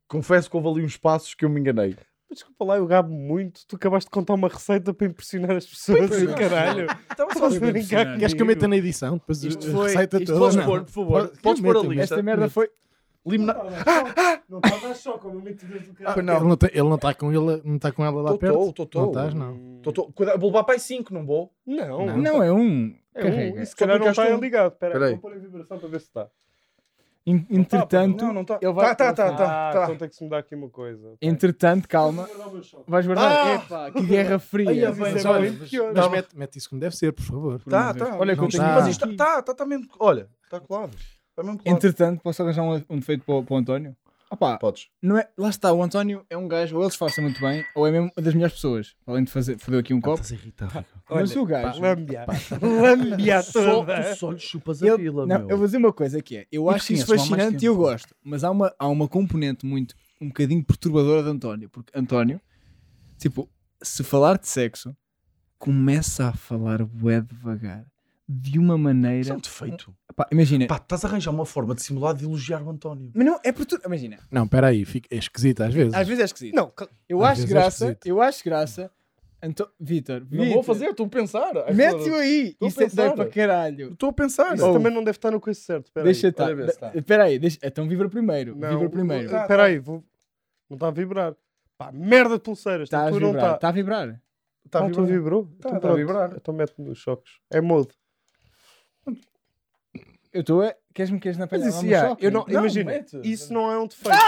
Confesso que houve ali uns passos que eu me enganei.
Mas Desculpa lá, eu gabo muito. Tu acabaste de contar uma receita para impressionar as pessoas. (laughs)
Pois é.
caralho.
Estava
Estás a
para
brincar
impressionar.
comigo.
Queres que eu meta na edição? Depois
Isto
a
foi-
receita
isto
toda?
Podes
Não.
pôr, por favor.
Pode-
Podes pôr a
metem-me.
lista.
Esta merda foi.
Limona...
Não estás só com o mito do caralho.
Ah,
Ele
não.
não tem- ele não está com ele, não está com ela lá
Tô,
perto.
tô, tô, tô.
Não estás, não.
Tô, tô- Cuidado, vou levar para aí 5, não vou?
Não,
Não.
Não, é um.
É um,
Carrega.
e se calhar não
clicaste
está
um.
ligado. Espera
Peraí.
aí, vou pôr em vibração para ver se está.
En- Entretanto,
não está.
ele vai-
Tá, tá, tá,
ah,
tá, tá.
então tem que se mudar aqui uma coisa.
entretanto, calma. Vais guardar.
Ah!
Epá, que guerra
Ai,
fria.
a
Mas
Mas
olha,
olha,
mas-
pior.
mas
Tá
mete- mete isso como deve ser, por favor.
Tá, tá.
Olha que eu
Não
tenho
tá.
Mas
aqui.
isto está, está, está mesmo. Olha,
Tá
está colado. Está mesmo colado.
Entretanto, posso arranjar um, um defeito para, o- para o António? Opa,
Podes.
não é, lá está, o António é um gajo, ou ele disfarça muito bem, ou é mesmo uma das melhores pessoas. Além de fazer, foder aqui um copo.
Estás irritado.
Mas o gajo.
Lâmbia. Lâmbia
Tá. Só,
toda.
tu só lhe chupas a
ele-
pila,
não,
meu.
eu vou dizer uma coisa que é, eu
E
acho isso
conheces-me há mais
fascinante e eu
tempo.
gosto, mas há uma, há uma componente muito, um bocadinho perturbadora de António, porque António, tipo, se falar de sexo, começa a falar bué devagar, de uma
Isso é
maneira...
um defeito.
Pá, imagina,
Pá, estás a arranjar uma forma de simular de elogiar o António.
mas não, é pertur... imagina,
Não, espera aí, fica- é esquisito às vezes.
às vezes é esquisito.
Não,
Eu
Às
acho
vezes é
graça,
esquisito.
eu acho graça. Anto... Vitor,
Não vou fazer, estou a pensar. Ai,
Mete-o aí!
Tô a
Isso é
pensar.
dói para caralho.
Estou a pensar.
isso
Oh.
também não deve estar no coisa certo. Espera aí.
Deixa estar.
olha ver se tá.
Espera aí, deixa... então vibra primeiro. Vibra primeiro.
o- Espera aí, vou... não está a vibrar. Pá, merda de pulseiras.
Está Tá a
tu não
vibrar.
está.
Está a vibrar.
Tá
ah, tu
vivo.
vibrou?
tá a
pronto.
vibrar.
Então mete-me nos choques. É modo.
Eu estou a. Queres-me queres na palha?
Mas isso,
Vamos
yeah,
só,
eu
cara.
não, imagina,
mete.
isso não é um defeito.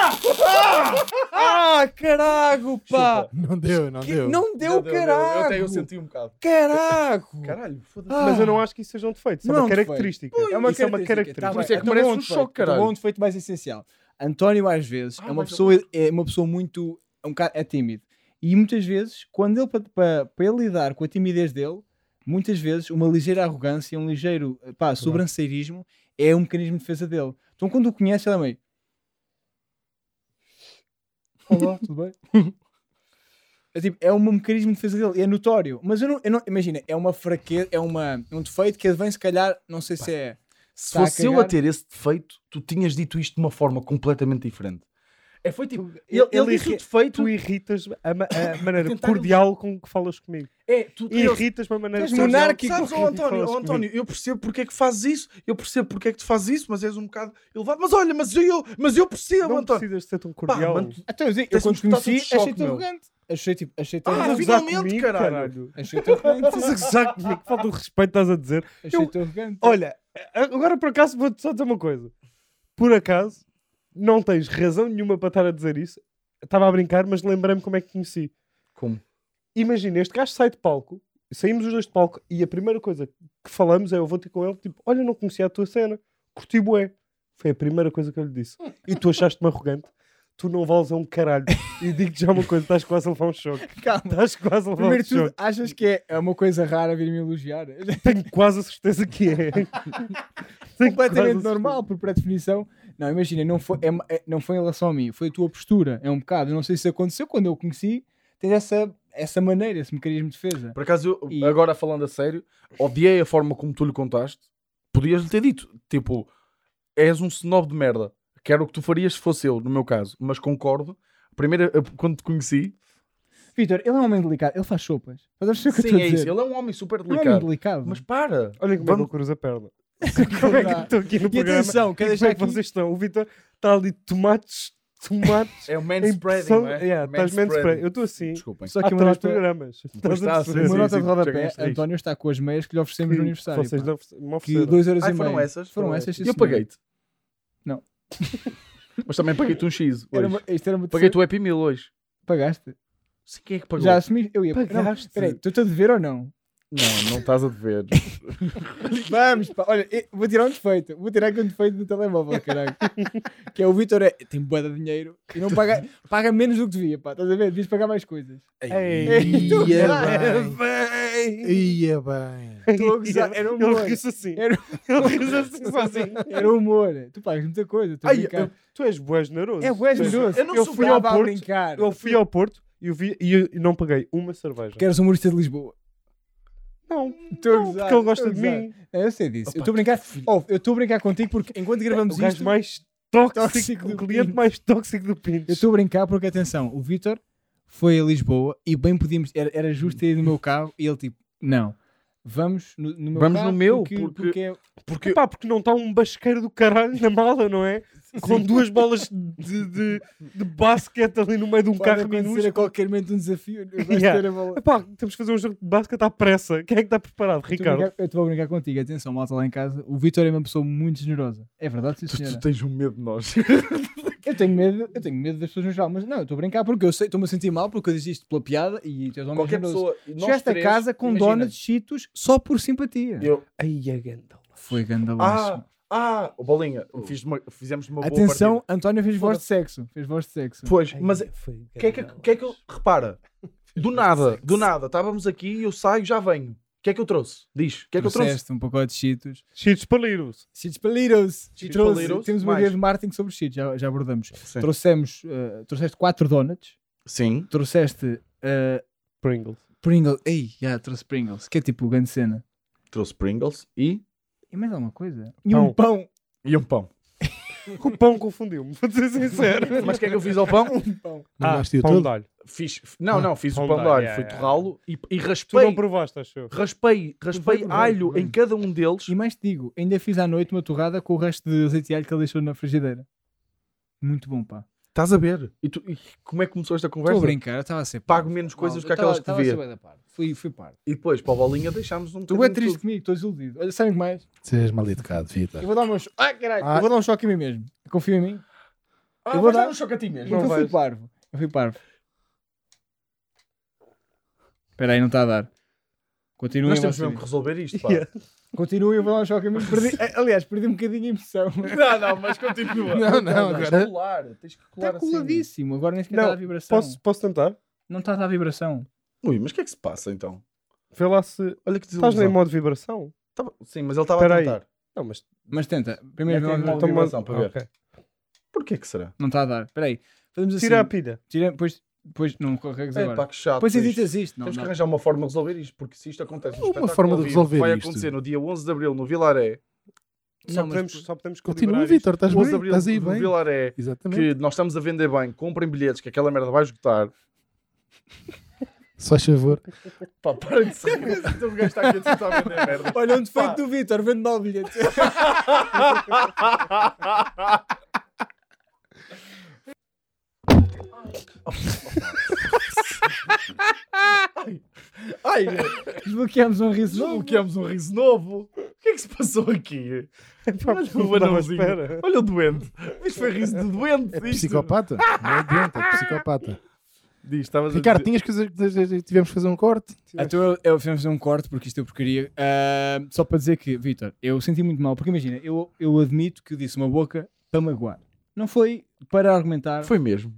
Ah, carago, pá!
Não deu, não
Que-
deu.
Não
Deu,
deu,
deu, deu. Eu
carago!
até eu senti um bocado.
Carago!
Caralho, foda-se.
Ah.
Mas eu não acho que isso seja um defeito. Isso
Não
é
é um
uma
defeito.
característica.
É uma
isso é uma
característica. Tá
característica.
bem,
Por isso é que
então
merece
bom
um
defeito,
choque,
então
caralho. Ah,
bom defeito mais essencial. António, às vezes, é, uma pessoa, é uma pessoa muito. É, um bocado, é tímido. E muitas vezes, quando ele, para, para ele lidar com a timidez dele, muitas vezes uma ligeira arrogância, um ligeiro pá, sobranceirismo é um mecanismo de defesa dele. Então, quando o conhece, ele é meio.
(laughs)
Olá, tudo bem? É, tipo, é um mecanismo de defesa dele, e é notório. Mas eu não, eu não- imagina, é uma fraqueza, é uma, um defeito que advém, se calhar, não sei se é.
Se
Tá a
fosse eu
cagar.
a ter esse defeito, tu tinhas dito isto de uma forma completamente diferente. É, foi tipo,
Tu-
ele, ele
ele
disse o
irri-
defeito.
Tu irritas a, ma- a maneira
Então Tentar-
cordial com que falas comigo.
É, tu um ele-
Irritas-me a maneira
Tu és
cordial
monárquico.
Sabes,
com
ó,
que
António,
falas
ó,
comigo.
António, eu percebo porque é que fazes isso, eu percebo porque é que tu fazes isso, mas és um bocado elevado. Mas olha, mas eu, mas eu percebo, é
Não
Antónho.
precisas de ser tão
Pá,
cordial.
mano,
Então, eu, digo, eu
Tens-me
quando te conheci,
espetado de choque,
achei-te
meu.
arrogante. Achei tipo, achei-te
Ah,
arrogante.
Estás a gozar
finalmente, caralho.
Achei-te (laughs) arrogante.
Estás a gozar comigo. Que falta de respeito estás a dizer.
Achei-te arrogante.
Olha, agora por acaso vou-te só dizer uma coisa. Por acaso, não tens razão nenhuma para estar a dizer isso. estava a brincar, mas lembrei-me como é que conheci.
Como?
Imagina, este gajo sai de palco, saímos os dois de palco e a primeira coisa que falamos é eu vou ter com ele, tipo, olha, não conhecia a tua cena, curti bué. Foi a primeira coisa que eu lhe disse. E tu achaste-me arrogante. Tu não vales a um caralho. E digo-te já uma coisa, estás quase a levar um choque.
Calma.
Estás quase a levar um
Primeiro de
choque.
tudo, achas que é- é uma coisa rara vir-me elogiar? (laughs)
Tenho quase a certeza que é. Tenho quase a
completamente
certeza.
normal, por pré-definição. Não, imagina, não foi, é- é- não foi em relação a mim, foi a tua postura. É um bocado. Eu não sei se aconteceu quando eu o conheci. Tens essa, essa maneira, esse mecanismo de defesa.
Por acaso, eu,
E-
agora falando a sério, odiei a forma como tu lhe contaste. Podias-lhe ter dito, tipo, és um snob de merda. Quero o que tu farias se fosse eu, no meu caso. Mas concordo. Primeiro, eu- quando te conheci,
Vitor, ele é um homem delicado, ele faz sopas. Mas eu sei o que eu
sim,
estou a
é
dizer.
isso. Ele é um homem super
Ele é um homem
delicado.
delicado. (laughs)
Mas para!
Olha como é que eu
Vamos-
cruzo a perna. (laughs) como é que eu estou aqui no
e
programa?
atenção, quer
E
deixar
como é que
aqui...
vocês estão? O Vitor está ali tomates, tomates.
(laughs) É um
em
manspreading,
pressão-
não é?
Yeah, estás manspreading. Eu estou assim.
Desculpem.
Só
Há
que uma
três
nota,
programas.
Pois
Estás a
está,
perceber?
sim,
uma
sim,
nota
sim,
de rodapé,
chegamos a isto.
António está com as meias que lhe oferecemos no aniversário.
Vocês
pá.
não oferece- me
Que
ofereceram.
dois euros
Ai,
e
foram
meio.
essas?
Foram
Foram
essas, sim,
E eu
senhor.
paguei-te.
Não.
(laughs) Mas também paguei-te um X
Era
hoje.
uma- isto era uma
Paguei-te o Happy Meal hoje.
Pagaste?
Sei quem é que pagou.
Já assumi? Eu ia Não,
Pagaste.
Peraí, estou-te a dever ou não?
Não, não estás
(laughs)
a dever.
Vamos, pá. Olha, eh, vou tirar um defeito. Vou tirar aqui um defeito no telemóvel, caralho. (laughs) que é o Vitor é, tem boa de dinheiro e não paga, paga menos do que devia, pá. Estás a ver? Devias pagar mais coisas.
Ei,
tu
Ia
caralho.
bem. Ia bem.
(laughs) Estou a gozar,
Ele-
era um
Ele
humor.
riu-se assim.
Era-
Ele (laughs) riu-se assim sozinho.
Era humor. Tu pagas muita coisa. Estou a
Ai,
brincar.
Tu és bué generoso.
É o és
Tu és-
generoso.
eu não
eu
sou
fui
bravo
ao
a
Porto.
brincar.
brincar.
Eu fui ao Porto e eu vi- e eu não paguei uma cerveja.
Porque eras humorista de Lisboa.
Não,
Estou a
não,
gozar,
porque ele
estou
gosta
a
de
gozar.
mim.
É, eu sei disso.
Opa,
eu estou a brincar.
que
Oh, eu estou a brincar contigo porque enquanto gravamos
O gajo
isto,
mais tóxico,
Tóxico do
o cliente
Pinto.
mais tóxico do Pinto.
eu estou a brincar porque, atenção, o Vitor foi a Lisboa e bem podíamos. Era, era justo ir no meu carro e ele, tipo, não. Vamos no, no meu
Vamos
carro
no meu,
porque,
porque- um
porque é-
Porque... Epá, porque não está um basqueiro do caralho na mala, não é? Com duas bolas de, de, de basquete ali no meio de um
pode
carro
acontecer
minúsculo.
a qualquer momento um desafio. Eu gosto
Yeah.
de ter a bola.
Epá, temos que fazer um jogo de basquete à pressa. Quem é que está preparado,
Eu estou a
Ricardo?
brincar- Eu estou a brincar contigo. Atenção, malta lá em casa. O Vitor é uma pessoa muito generosa. É verdade, sim,
Tu,
senhora.
tu tens um medo de nós.
Eu tenho medo, eu tenho medo das pessoas no geral, mas não, eu estou a brincar porque eu sei, estou-me a sentir mal porque eu disse isto pela piada e tu és um homem
Qualquer
generoso.
pessoa. nós
Chegaste a
três,
casa com
imagina,
donuts cheetos só por simpatia.
Eu,
Ai, é a ganda.
Foi
ah,
gandalaço.
ah, o Bolinha, fiz de uma- fizemos de uma boa
Atenção,
partida.
António fez voz
Foda-se.
de sexo. Fez voz de sexo.
Pois, mas o que, é que, que é que eu. Repara, do nada, do nada, estávamos aqui eu saio, já venho. O que é que eu trouxe? Diz, o que é que eu trouxe?
Trouxeste um pacote de cheetos.
Cheats paliros.
Cheetos palitos.
Cheetos
Trouxe-
palitos,
Temos uma
mais.
ideia de marketing sobre cheetos, já, já abordamos.
Sim.
Trouxemos, eh, trouxeste quatro donuts.
Sim.
Trouxeste eh,
Pringles.
Pringles. Ei, já trouxe Pringles, que é tipo grande cena.
Trouxe Pringles e.
E mais alguma coisa? E um pão.
E um pão.
O pão confundiu-me, vou ser sincero.
(laughs)
Ah,
Mas o que é que eu fiz ao pão?
Um pão.
Mandaste-o
pão
todo?
de alho.
Fiz, não, não, fiz
pão
o pão
de
de alho,
alho,
fui
yeah,
torrá-lo e, e
Tu não
raspei,
provaste, acho eu.
raspei, raspei
provei,
alho
provei.
em cada um deles.
E mais te digo, ainda fiz à noite uma torrada com o resto de azeite de alho que ele deixou na frigideira. Muito bom, pá.
Estás a ver? E, tu, e como é que começou esta
Estou a
conversa?
brincar, eu estava a ser
Pago
parvo.
menos coisas do
eu
que aquelas que
estava-
devia.
estava a ser bué da parvo. Fui, fui parvo.
E depois, para a bolinha, deixámos um
Tu é
bocadinho de
triste
tudo.
comigo, estou desiludido. Olha, sabem o que mais?
Tu és mal educado, Vitor.
(laughs) Eu vou dar um choque. Ah, caralho,
Ah.
eu vou dar um choque a mim mesmo. Confia em mim?
Ah,
Eu vou
vais
dar-
um choque a ti mesmo.
Então
Não
fui
vais.
parvo. Eu fui parvo. Espera aí, não está a dar. Continuem,
Nós temos
vocês.
mesmo que resolver isto, pá.
Yeah.
Continuem, eu vou dar um choque a mim. (laughs) Perdi- Aliás, perdi um bocadinho a emoção.
Não, (laughs) não, mas continua.
Não, não,
tens
agora-
que colar, tens que colar assim, né?
Está coladíssimo, agora nem sequer
Não,
está a vibração.
Posso, posso tentar?
Não está a dar vibração.
assim. Ui, mas o que é que se passa então?
Vê lá se.
Olha que desilusão.
Estás em modo vibração?
Tava- Sim, mas ele estava a
Espera aí.
tentar.
Não, mas. então
Mas tenta, primeiro
Mete em
não,
modo- vibração para ver.
Ok.
Porquê que será?
não está a dar. Espera aí, fazemos assim.
Tira a pilha.
Tira- depois, depois não corregas
É, pá,
agora.
que chato.
Depois
isto.
editas isto. Não,
Temos que
não.
arranjar uma forma de resolver isto, porque se isto acontece no
Uma
espetáculo
forma de
ao vivo,
resolver
vai
isto.
acontecer no dia 11 de Abril no Vilaré.
Só
Não, mas-
podemos, só podemos
Continua,
calibrar
Vitor. Estás
11 de
bem?
Abril
Estás aí
no
bem?
Vilaré,
Exatamente.
que nós estamos a vender bem, comprem bilhetes, que aquela merda vai esgotar.
Só faz favor.
Pá, para de se rir. Então o gajo está aqui a tentar vender (laughs) merda.
Olha um defeito do Vitor, vendo mal bilhete. (laughs)
Ai,
Desbloqueamos um riso novo.
desbloqueamos um riso um novo. O que é que se se passou aqui?
Epá,
Olha
não
o
dava
anãozinho.
espera.
Olha o doente. Isto foi riso de doente.
É
isto.
psicopata? Não é doente, é psicopata.
Diz, estavas a
Ricardo,
dizer-
tinhas coisas que tivemos que fazer um corte?
Então eu, eu fiz um corte porque isto eu porcaria. Ah, só para dizer que, Vitor, eu senti muito mal, porque imagina, eu, eu admito que eu disse uma boca para magoar. Não foi para argumentar.
Foi mesmo.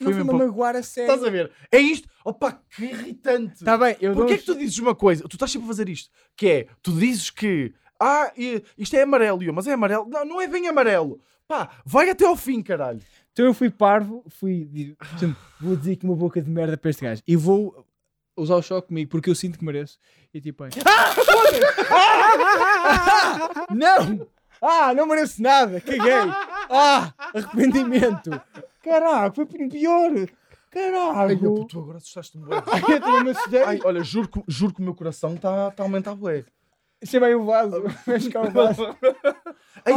não foi
mesmo
para
para-
magoar a
Estás
sério.
a ver? É isto? Opa, que irritante.
Está bem, eu dou
Porquê é que tu dizes uma coisa? Tu estás sempre a fazer isto. Que é, tu dizes que... Ah, e- isto é amarelo, e eu, mas é amarelo. Não, não é bem amarelo. Pá, vai até ao fim, caralho.
Então eu fui parvo, fui. di- portanto, Vou dizer que uma boca de merda para este gajo. E vou usar o choque comigo, porque eu sinto que mereço. E tipo, ai. Ah, foda-se! Ah, (laughs) não! Ah, não mereço nada! Caguei! Ah, arrependimento! Caraca, foi pior!
Ai, eu,
Caraca!
puto, agora assustaste-me bué.
(laughs) Ai, eu também me assustei.
Ai, olha, juro que, juro que o meu coração está tá a aumentar bué.
Deixa é bem o (laughs) vaso. Deixa cá o vaso.
Ai,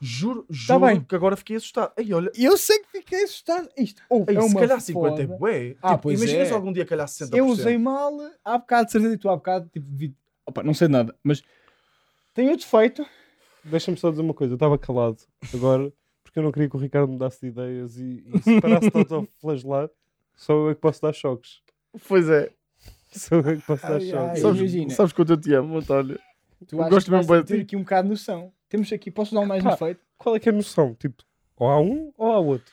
juro, juro
Ah! Tá bem.
que agora fiquei assustado. Ai, olha,
E eu sei que fiquei assustado. Isto, ou
ai,
é uma
se calhar 50
50
é bué.
Ah,
Tipo,
pois
imagina
é.
se algum dia calhar 60%.
Eu usei mal, há bocado, de certeza, e tu há bocado, tipo, vi... Opa, não sei de nada, mas tem o defeito.
Deixa-me só dizer uma coisa, eu estava calado agora porque eu não queria que o Ricardo me desse de ideias e, e
(laughs)
se parasse de autoflagelar, só eu é que posso dar choques.
Pois é.
Só eu é que posso dar
Ai, ai.
choques.
Sabes- Imagina. sabes
quanto eu te amo, António?
Tu
Eu
acho
gosto
que vais
mesmo bué de
ter
ti.
aqui um bocado de noção. Temos aqui, posso dar um mais
Pá.
defeito?
Qual é que é a noção? Tipo, ou há um ou há outro.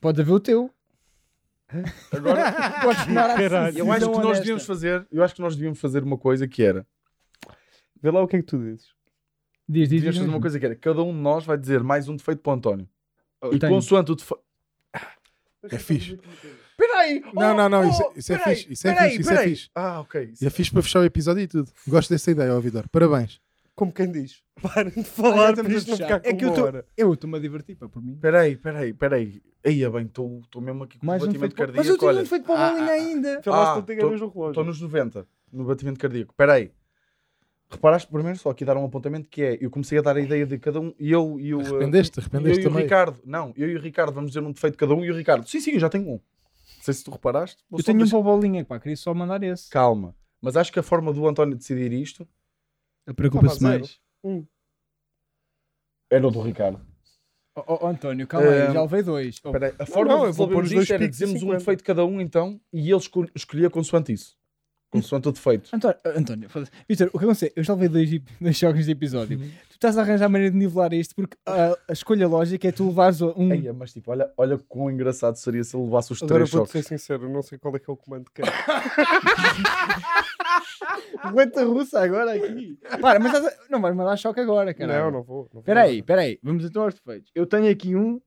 pode haver o teu.
Agora,
Podes tomar a
Caralho.
Ah, eu acho que nós devíamos fazer, eu acho que nós devíamos fazer uma coisa que era,
Vê lá o que é que tu dizes.
Diz, diz,
devíamos fazer uma coisa que era, cada um de nós vai dizer mais um defeito para o António. E
tenho.
consoante o defeito...
É fixe.
Peraí!
Não, não, não, isso- isso é
peraí,
fixe, isso é
peraí,
fixe, isso é
peraí.
fixe.
Ah, ok. isso-
E é fixe para fechar o episódio e tudo. Gosto dessa ideia, ó Vidor. Parabéns.
Como quem diz. (laughs) Parem de falar
estamos
para isto
a
não
fechar.
ficar com
É que eu
uma
tô-
hora.
Eu estou-me a divertir, pá, por mim.
Peraí, peraí, peraí. Aí, bem, estou mesmo aqui com
Mais
um
um
batimento
defeito. para-
cardíaco.
Mas eu tenho
olha.
um defeito para o
Ah,
Bolinha
ah,
ainda.
Vê lá
Ah,
se tu tem
tô-
ganas no
Estou
relógio.
nos 90, no batimento cardíaco. Espera aí. Reparaste primeiro só aqui dar um apontamento que é, eu comecei a dar a ideia de cada um, e eu
Ah,
e o... uh,
Arrependeste,
eu
arrependeste
e o
também.
Ricardo, não, eu e o Ricardo vamos dizer um defeito de cada um e o Ricardo, sim, sim, eu já tenho um. Não sei se tu reparaste. vou
Eu
só
tenho um
deixar-
para o Bolinha, pá, queria só mandar esse.
Calma, mas acho que a forma do António decidir isto
Preocupa-se
Calma,
mais.
era o é do Ricardo.
Ó, ó, António, calma aí,
Ahm,
já levei dois. Oh,
Espera aí, a forma
não,
de
eu vou pôr
resolvermos
os dois
isto era
picos de
dizermos um
50.
defeito de cada um então e ele escol- escolhia consoante isso. Consoante o defeito.
António, oh, António foda-se. Vitor, o que aconteceu? Eu já levei dois, ep- (laughs) dois jogos de episódio. Tu estás a arranjar maneira de nivelar isto porque ah, a, escolha lógica é tu levares um.
Eia, mas tipo, olha, olha quão engraçado seria se ele levasse os
Agora
três
vou-te ser
choques.
sincero, eu não sei qual é que é o comando (laughs) que é.
Roleta russa agora aqui. Ah, Para, mas estás a- não vais mandar choque agora, cara.
Não, não vou. não vou.
Espera aí, espera aí. Vamos então aos defeitos. Eu tenho aqui um.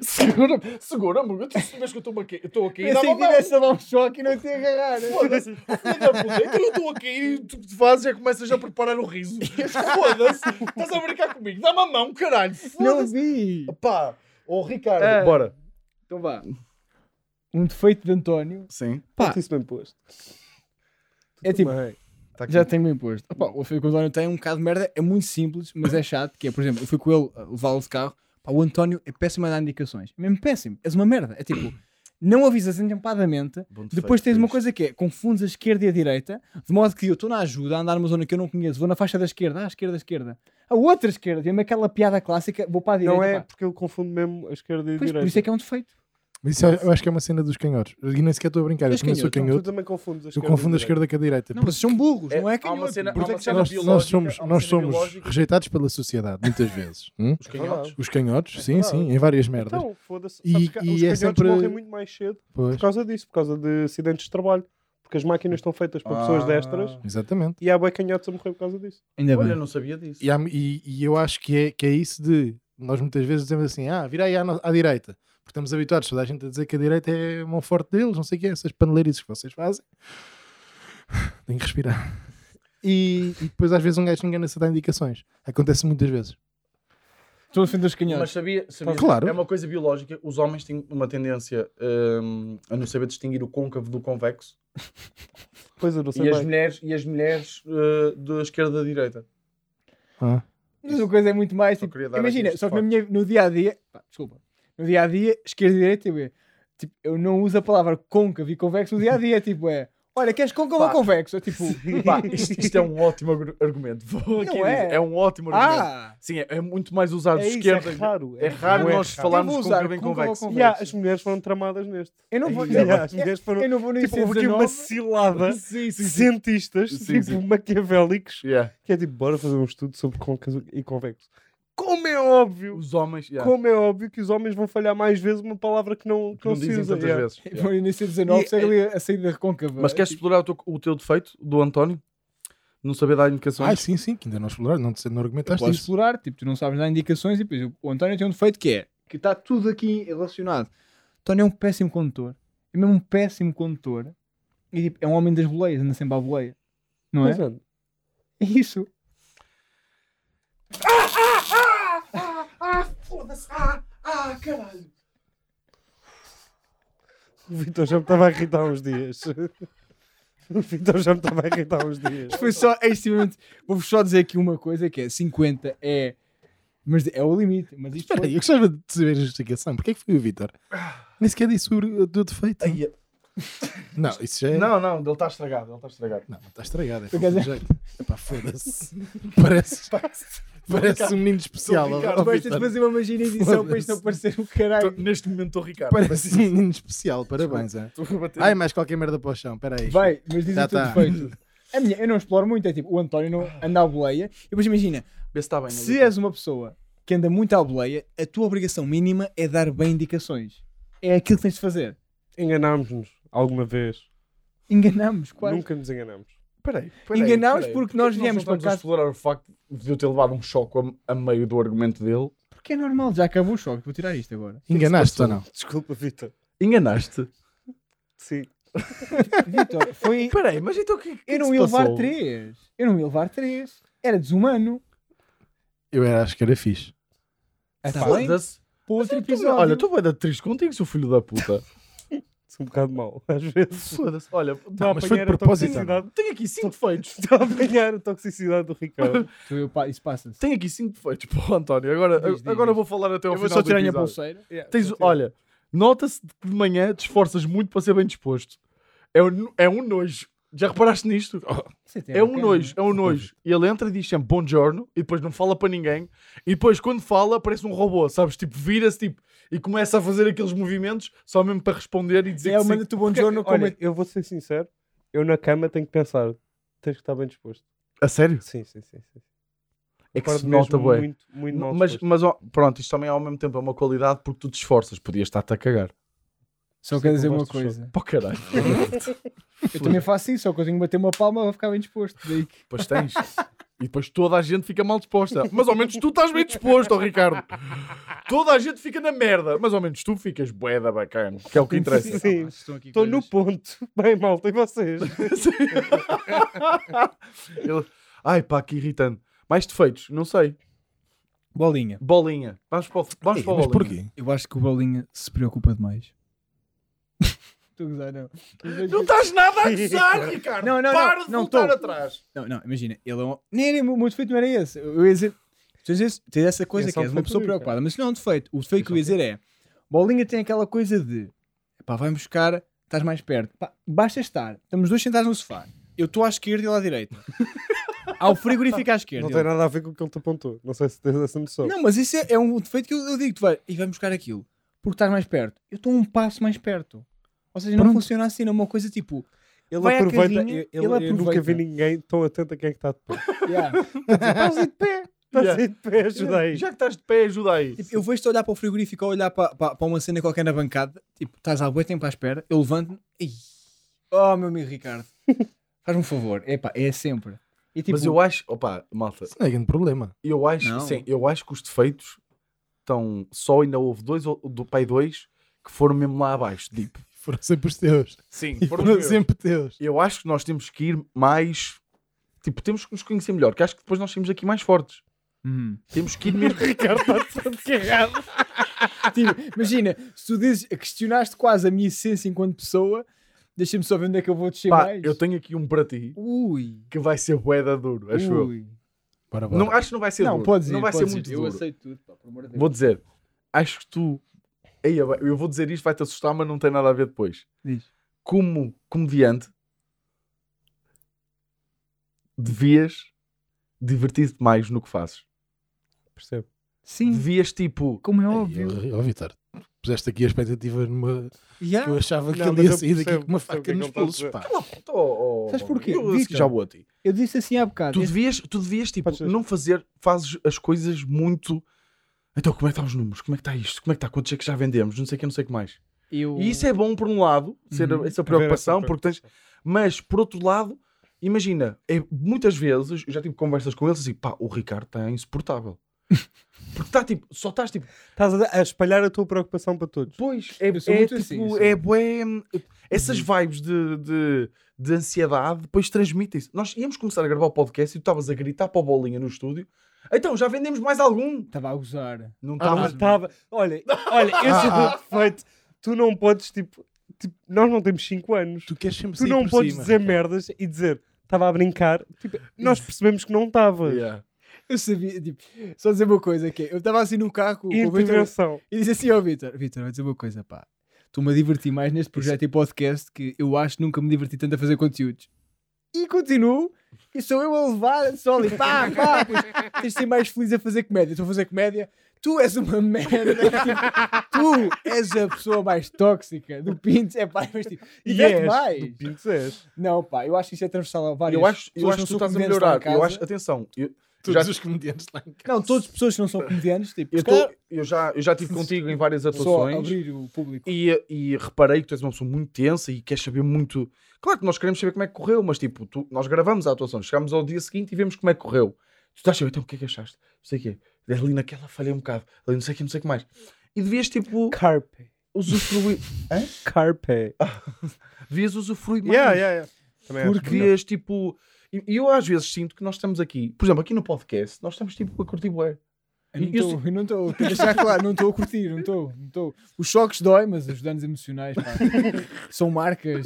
Segura-me, segura-me, eu tenho que eu estou a cair. Eu estou a cair,
Eu
dá-me
sei
a
que
mão.
tivesse a dar um choque e não te agarrar.
Foda-se, filho da puta. Então eu estou a cair e tu fazes já começas a preparar o riso. Foda-se, estás a brincar comigo. Dá-me a mão, caralho.
Não
Foda-se.
vi.
Pá, ô Ricardo.
Ah.
Bora.
Então vá. Um defeito de António.
Sim.
Pá,
Ah, Isso bem posto.
é tipo.
Bem,
Tá aqui.
Já tenho bem posto. Opa, o filho que o António tem é um bocado de merda, é muito simples, mas é chato. Que é, por exemplo, eu fui com ele uh, levá-lo de carro. Pá, o António é péssimo a dar indicações. Mesmo péssimo. És uma merda. É tipo, não avisas entampadamente.
Bom defeito,
Depois tens
fixe.
uma coisa que é, confundes a esquerda e a direita, de modo que eu estou na ajuda a andar numa zona que eu não conheço, vou na faixa da esquerda, à esquerda, à esquerda. A outra esquerda, mesmo aquela piada clássica, vou para a direita.
Não é
pá.
porque eu confundo mesmo a esquerda e
Pois,
a
por
direita.
isso é que é um defeito.
Mas isso eu- eu acho que é uma cena dos canhotos. E nem sequer estou a brincar. Eu
És
também sou
canhoto,
Tu
canhoto.
também confundes a
Eu
esquerda.
confundo a
e direita.
esquerda com a direita.
Não, mas são burros,
É,
não é
há uma
canhoto.
cena-
Por isso é
há uma
que
cena
chama-
Nós,
biológica,
nós somos,
há uma
nós
cena
somos
biológica.
rejeitados pela sociedade, muitas vezes. Hum?
Os
É verdade.
canhotes.
Os canhotos, sim,
verdade.
sim, em várias merdas.
Então, foda-se.
E-
Sabes que
e
os
é
canhotes
sempre-
morrem muito mais cedo
pois,
por causa disso, por causa de acidentes de trabalho. Porque as máquinas estão feitas para pessoas
Ah.
destras
exatamente.
e há boi canhotos a morrer por causa disso.
Ainda
Olha,
bem.
não sabia disso.
E, há- e- e eu acho que é, que é isso de nós muitas vezes dizemos assim: ah, vira aí à, no- à direita, porque estamos habituados toda a gente a dizer que a direita é a mão forte deles, não sei o que é, essas paneleirices que vocês fazem. (sighs) Tenho que respirar. E, e depois às vezes um gajo engana-se a dar indicações. Acontece muitas vezes.
Estou a defender os
Mas
canhotos.
sabia, sabia
Tá, Claro.
é uma coisa biológica. Os homens têm uma tendência hum, a não saber distinguir o côncavo do convexo
Pois eu não sei
e as,
bem.
mulheres, e as mulheres uh, da esquerda da direita.
Ah,
Mas uma coisa é muito mais,
Só
tipo,
queria dar aqui
imagina,
este
só que na minha- no dia-a-dia, pá, desculpa, no dia-a-dia, esquerda e direita, (laughs) tipo, é, tipo, eu não uso a palavra côncavo e convexo no dia-a-dia, tipo, é Olha, queres côncavo ou
Pá.
convexo? É
(laughs)
tipo,
Pá, isto, isto é um ótimo agru- argumento. Vou aqui
Não é.
dizer, é um ótimo argumento.
(laughs) ah,
Sim, é, é muito mais usado de
É isso, é
esquerda.
raro.
É raro
Não é
nós
raro.
Eu Então vou
falarmos com
usar
Rubem
com
Convexo.
Convexo.
Yeah, as mulheres foram tramadas neste.
eu não
(laughs)
vou.
Yeah, as
eu,
mulheres foram.
eu não vou no
Tipo, houve aqui uma
IC19.
cilada
Sim, sim, sim.
cientistas,
Sim,
tipo
sim.
maquiavélicos,
Yeah.
que é tipo, bora fazer um estudo sobre côncavo e convexo. Como é óbvio,
Os homens. Yeah.
como é óbvio que os homens vão falhar mais vezes uma palavra que não, que
Não
não se
dizem
usa.
tantas
yeah.
(laughs)
vezes. Yeah.
No início 19
E-
segue ali a saída recôncava.
Mas queres explorar o teu, o teu defeito do António? Não saber dar
Ah,
indicações?
sim, sim, que ainda não exploraram, não, te- não
Eu
argumentaste
posso
isso.
explorar, tipo, tu não sabes dar indicações e depois o- o António tem um defeito que é que está tudo aqui relacionado. António é um péssimo condutor, é mesmo um péssimo condutor e tipo, é um homem das boleias, anda sempre à boleia, não é?
Mas, mano,
É (laughs) isso.
o Vitor já me estava a irritar há uns dias. (laughs) o Vitor já me estava a irritar há uns dias.
Foi só, é extremamente. Vou-vos só dizer aqui uma coisa que é 50 é. Mas é o limite, mas isto
Espera aí,
foi.
eu gostava de saber a justificação. Porquê é que foi o Vitor? Nem sequer disse o o teu defeito. Não, isso já é.
é. Não, não, ele está estragado, ele está estragado.
Não, está estragado. É
quer
falta de
dizer-
jeito. Epá, foda-se.
(laughs)
Parece, parece um menino especial.
Tô
ó,
brincando,
ó,
Vais ter de
Vítor.
fazer uma magia na edição para isto não parecer um caralho.
neste momento estou Ricardo.
Parece um menino especial. Parabéns, é.
Estou a bater.
Ai, mais qualquer merda para o chão. Espera aí.
Vai, mas diz
Já
o teu
tá.
defeito. A minha, eu não exploro muito, é tipo, o António não anda à boleia. E depois imagina,
Vê se está bem. né?
Se
ali.
és uma pessoa que anda muito à boleia, a tua obrigação mínima é dar bem indicações. É aquilo que tens de fazer.
Enganámos-nos alguma vez.
Enganamos, quase.
Nunca nos enganámos.
Peraí,
Enganámos porque nós viemos
para
para cá-
explorar o facto de eu ter levado um choque a, a meio do argumento dele.
Porque é normal, já acabou o choque. Vou tirar isto
(laughs)
agora.
Enganaste ou não?
Desculpa, Vitor.
Enganaste.
Sim.
Vitor, foi.
Peraí, mas então o que, que
Eu não
se
ia levar
passou?
três. Eu não ia levar três. Era desumano.
Eu era, acho que era fixe.
Está bem?
Ah, Tá Foda-se.
Para outro
Mas eu tô-
episódio.
Então, Olha, estou bem da triste contigo, seu filho da puta.
Sou um bocado mau, às vezes.
(laughs) Foda-se. Olha,
Estou a
mas foi
apanhar
de
a
propósito,
toxicidade.
tenho aqui cinco (laughs) defeitos.
Estou a apanhar a toxicidade do Ricardo.
Tu, eu, pá, isso passa-se.
Tenho aqui cinco defeitos. Pô, António, agora,
Diz, diz,
agora
diz.
vou falar até ao
Eu vou
final
só
do
tirar a minha
episódio.
pulseira.
Tens, olha, nota-se que de manhã te esforças muito para ser bem disposto. É um, é um nojo. Já reparaste (laughs) nisto?
Isso até
É um
bacana.
nojo, é um nojo. E ele entra e diz sempre bom giorno e depois não fala para ninguém. E depois, quando fala, parece um robô, sabes? Tipo, vira-se tipo, e começa a fazer aqueles movimentos só mesmo para responder e dizer
É
que
o
sim.
manda-te bom
Porque,
giorno como
olha, eu vou ser sincero. Eu na cama tenho que pensar. Tens que estar bem disposto.
A sério?
Sim, sim, sim. sim.
É que se
Acordo
nota,
mesmo
bué.
muito, muito mal
Mas,
disposto.
mas ó, pronto, isto também ao mesmo tempo é uma qualidade porque tu te esforças. Podias estar-te a cagar. é
Só quero
eu
dizer uma
gosto de
coisa.
Pô, caralho.
Eu também faço isso, só que eu tenho que bater uma palma, vou ficar bem disposto. Daí que-
Depois tens. E depois toda a gente fica mal disposta. Mas ao menos tu estás bem disposto, ó Ricardo. Toda a gente fica na merda. Mas ao menos tu ficas boeda bacana. Que é o que
(laughs)
interessa.
Sim,
Estão aqui
estou
coisas.
no ponto. (laughs) Bem, malta, e vocês?
Ele- Ai pá, que irritante. Mais defeitos? Não sei.
Bolinha.
Bolinha. Vamos para o, vamos
Ei,
para o
mas
bolinha.
porquê?
Eu acho que o Bolinha se preocupa demais. Estou a gozar, não.
Não estás nada
(laughs)
a gozar, Ricardo.
Não, não,
Para
não,
de
não
voltar
tô.
atrás.
Não, não, imagina, ele é um. Nem, nem, o meu defeito não era esse. Eu ia dizer. Tu ia dizer- tens essa coisa
Esse
que
é um
és uma
defeito
pessoa
meu, cara.
preocupada, mas não é um defeito. O defeito que eu ia dizer é: Bolinha tem aquela coisa de. Pá, vai buscar, estás mais perto. Pá, basta estar. Estamos dois sentados no sofá. Eu estou à esquerda e ele à direita. Há o frigorífico à esquerda.
Não
ele-
tem nada a ver com o que ele te apontou. Não sei se tens essa noção.
Não, mas isso é, é um defeito que eu, eu digo, tu vai, e vai buscar aquilo, porque estás mais perto. Eu estou um passo mais perto. Ou seja, não
Pronto.
funciona assim, não é uma coisa tipo.
ele
vai à
aproveita.
casinha,
eu,
ele
eu nunca
aproveita.
vi ninguém tão atento a quem é que está de pé.
(laughs) yeah,
(laughs) Estás aí de pé. Estás aí de pé, ajuda aí.
Já que estás de pé, ajuda aí.
tipo, eu vejo-te olhar para o frigorífico ou olhar para, para, para uma cena qualquer na bancada, tipo, estás há boi tempo à espera, eu levanto-me e. Oh, meu amigo Ricardo, faz-me um favor. É pá, é sempre. E, tipo,
Mas eu acho... Opa, malta.
Isso não é grande problema.
Eu acho,
Não.
sim, eu acho que os defeitos estão. Só ainda houve dois, ou- do pai dois, que foram mesmo lá abaixo, deep.
Foram sempre os teus.
Sim,
E foram sempre teus.
Eu acho que nós temos que ir mais. Tipo, temos que nos conhecer melhor, que acho que depois nós saímos aqui mais fortes.
Hum.
Temos que ir
(laughs)
mesmo.
Ricardo está todo carregado.
Tipo, (laughs) imagina, se tu dizes, questionaste quase a minha essência enquanto pessoa, deixa-me só ver onde é que eu vou descer
Pá,
mais.
eu tenho aqui um para ti
Ui,
que vai ser boeda duro, acho eu.
ui.
Bora, bora.
Não, ah, acho que não vai ser
Não,
duro.
podes ir,
não vai
podes
ser
ir.
muito
Eu
duro.
aceito tudo, pá, por amor de Deus.
Vou dizer, acho que tu. Ei, eu vou dizer isto, vai-te assustar, mas não tem nada a ver depois.
Diz.
Como comediante, devias divertir-te mais no que fazes.
Percebo.
Sim,
Devias, tipo,
como é
Óbvio.
óbvio.
Ó, Vitor, puseste aqui a expectativa numa.
Yeah.
Eu achava que
Não,
ele
mas
ia
eu
sair daqui
percebo,
com uma
percebo o
faca
que é que
nos
ele tá a
pulsos,
dizer.
pá.
Oh, oh,
Sabes
oh,
porquê?
Eu
Diz,
já vou a ti.
Eu disse assim há bocado.
Tu
esse-
devias, tu devias tipo,
Podes dizer.
não fazer, fazes as coisas muito. Então, como é que está os números? Como é que está isto? Como é que está? Quantos é que já vendemos? Não sei o que, não sei o que mais.
eu-
E isso é bom, por um lado, ser
Uhum.
essa preocupação,
Haver essa
porque tens. Mas, por outro lado, imagina, é, muitas vezes eu já tive conversas com eles assim, pá, o Ricardo está insuportável. Porque está tipo, só estás tipo,
Estás a, a espalhar a tua preocupação para todos.
pois, é, é
Eu sou muito
tipo,
assim, eu sou
é bué. Essas vibes de, de, de ansiedade depois transmitem-se. Nós íamos começar a gravar o podcast e tu estavas a gritar para a bolinha no estúdio. Então, já vendemos mais algum?
Estava a gozar.
Não
Ah,
estavas.
estava. Olha, (laughs) olha, esse é o perfeito. Tu não podes, tipo, tipo, nós não temos 5 anos.
Tu queres sempre
Tu
sair
não
por
podes
cima,
dizer
Ricardo.
merdas e dizer estava a brincar. Tipo, nós percebemos que não estava.
Yeah.
Eu sabia, tipo, só dizer uma coisa que é, eu estava assim no carro com o Vitor
Intervenção.
e disse assim ao Vitor, Vitor, vou dizer uma coisa, pá, estou-me a divertir mais neste projeto e podcast que eu acho que nunca me diverti tanto a fazer conteúdos. E continuo, e sou eu a levar só ali, pá, pá, pois, tens de ser mais feliz a fazer comédia, estou a fazer comédia, tu és uma merda, (laughs) tipo, tu és a pessoa mais tóxica do Pintos, é pá, mas tipo, e
és,
mais.
do Pinto és.
Não, pá, eu acho que isso é transversal a várias
Eu acho, eu
pessoas
acho que tu
não são
estás a
comediantes lá em
melhorar. Eu
casa.
acho, atenção, eu,
Todos
Já-
os comediantes lá em casa.
Não, todas as pessoas que não são comediantes, tipo,
eu,
se calhar-
tô- eu já, eu já estive contigo em várias
só
atuações.
abrir o público.
E, e reparei que tu és uma pessoa muito tensa e queres saber muito. Claro que nós queremos saber como é que correu, mas tipo, tu- nós gravamos a atuação, chegámos ao dia seguinte e vemos como é que correu. Tu estás a saber, então o que é que achaste? Não sei o quê. Ali naquela falhei um bocado, ali não sei o quê, não sei o que mais. E devias tipo
Carpe.
usufruir.
Carpe.
Devias usufruir mais.
Yeah, yeah, yeah. Também acho.
Porque és tipo. E e eu às vezes sinto que nós estamos aqui, por exemplo, aqui no podcast, nós estamos tipo a curtir bué.
Eu não
eu
estou, eu não estou, tenho que deixar claro, não estou a curtir, não estou, não estou. Os choques dói, mas os danos emocionais, pá, são marcas.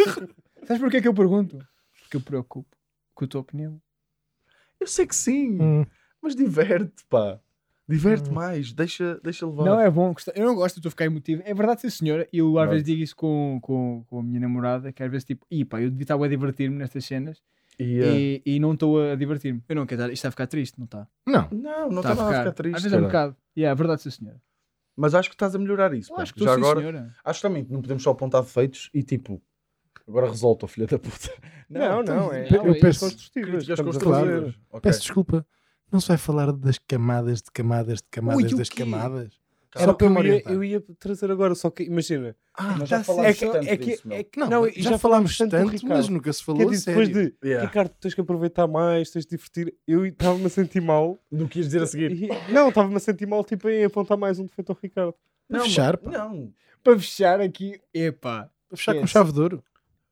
Sabes porquê que eu pergunto? Porque eu preocupo com a tua opinião.
Eu sei que sim, mas diverte, pá. Diverte mais, deixa, deixa levar.
Não é bom, gosta- eu não gosto, eu estou a ficar emotivo. É verdade, sim senhora, e eu às vezes digo isso com, com, com a minha namorada, que às vezes tipo, e pá, eu devia estar bué a divertir-me nestas cenas
Yeah.
e, e não estou a divertir-me. Eu não quero dar, isto está a ficar triste, não está?
Não.
Não, não
Está
estava a ficar
Às
triste.
vezes é um
cara.
bocado. Yeah, é verdade, sim senhora.
Mas acho que estás a melhorar isso.
Eu
pá.
acho que
Já
estou, sim
agora,
senhora.
acho também que não podemos só apontar defeitos e tipo, agora resolve a filha da puta.
Não,
Então,
não, é.
Eu
é
peço-
construtivas.
Críticas
Estamos a
construtivas.
fazer.
construtivas. Ok.
Peço desculpa. Não se vai falar das camadas, de camadas, de camadas,
Ui, o
das
quê?
camadas.
Calma.
Só que eu
para me
ia,
orientar.
eu ia trazer agora, só que imagina.
Ah,
Nós já
tá
falámos
que-
tanto
é que-
disso, meu.
é que-
não,
não,
já, falámos tanto,
do
mas
Ricardo.
nunca se
Que é
falou
tipo,
sério.
depois de
Yeah.
Ricardo, tens que aproveitar mais, tens de divertir. Eu estava-me a sentir mal.
Não quis dizer a seguir.
E- Não, estava-me a sentir mal, tipo, em apontar mais um defeito ao Ricardo.
Não,
Fechar,
mas- não.
Para fechar aqui, epá,
Vou fechar com
Esse.
chave de ouro.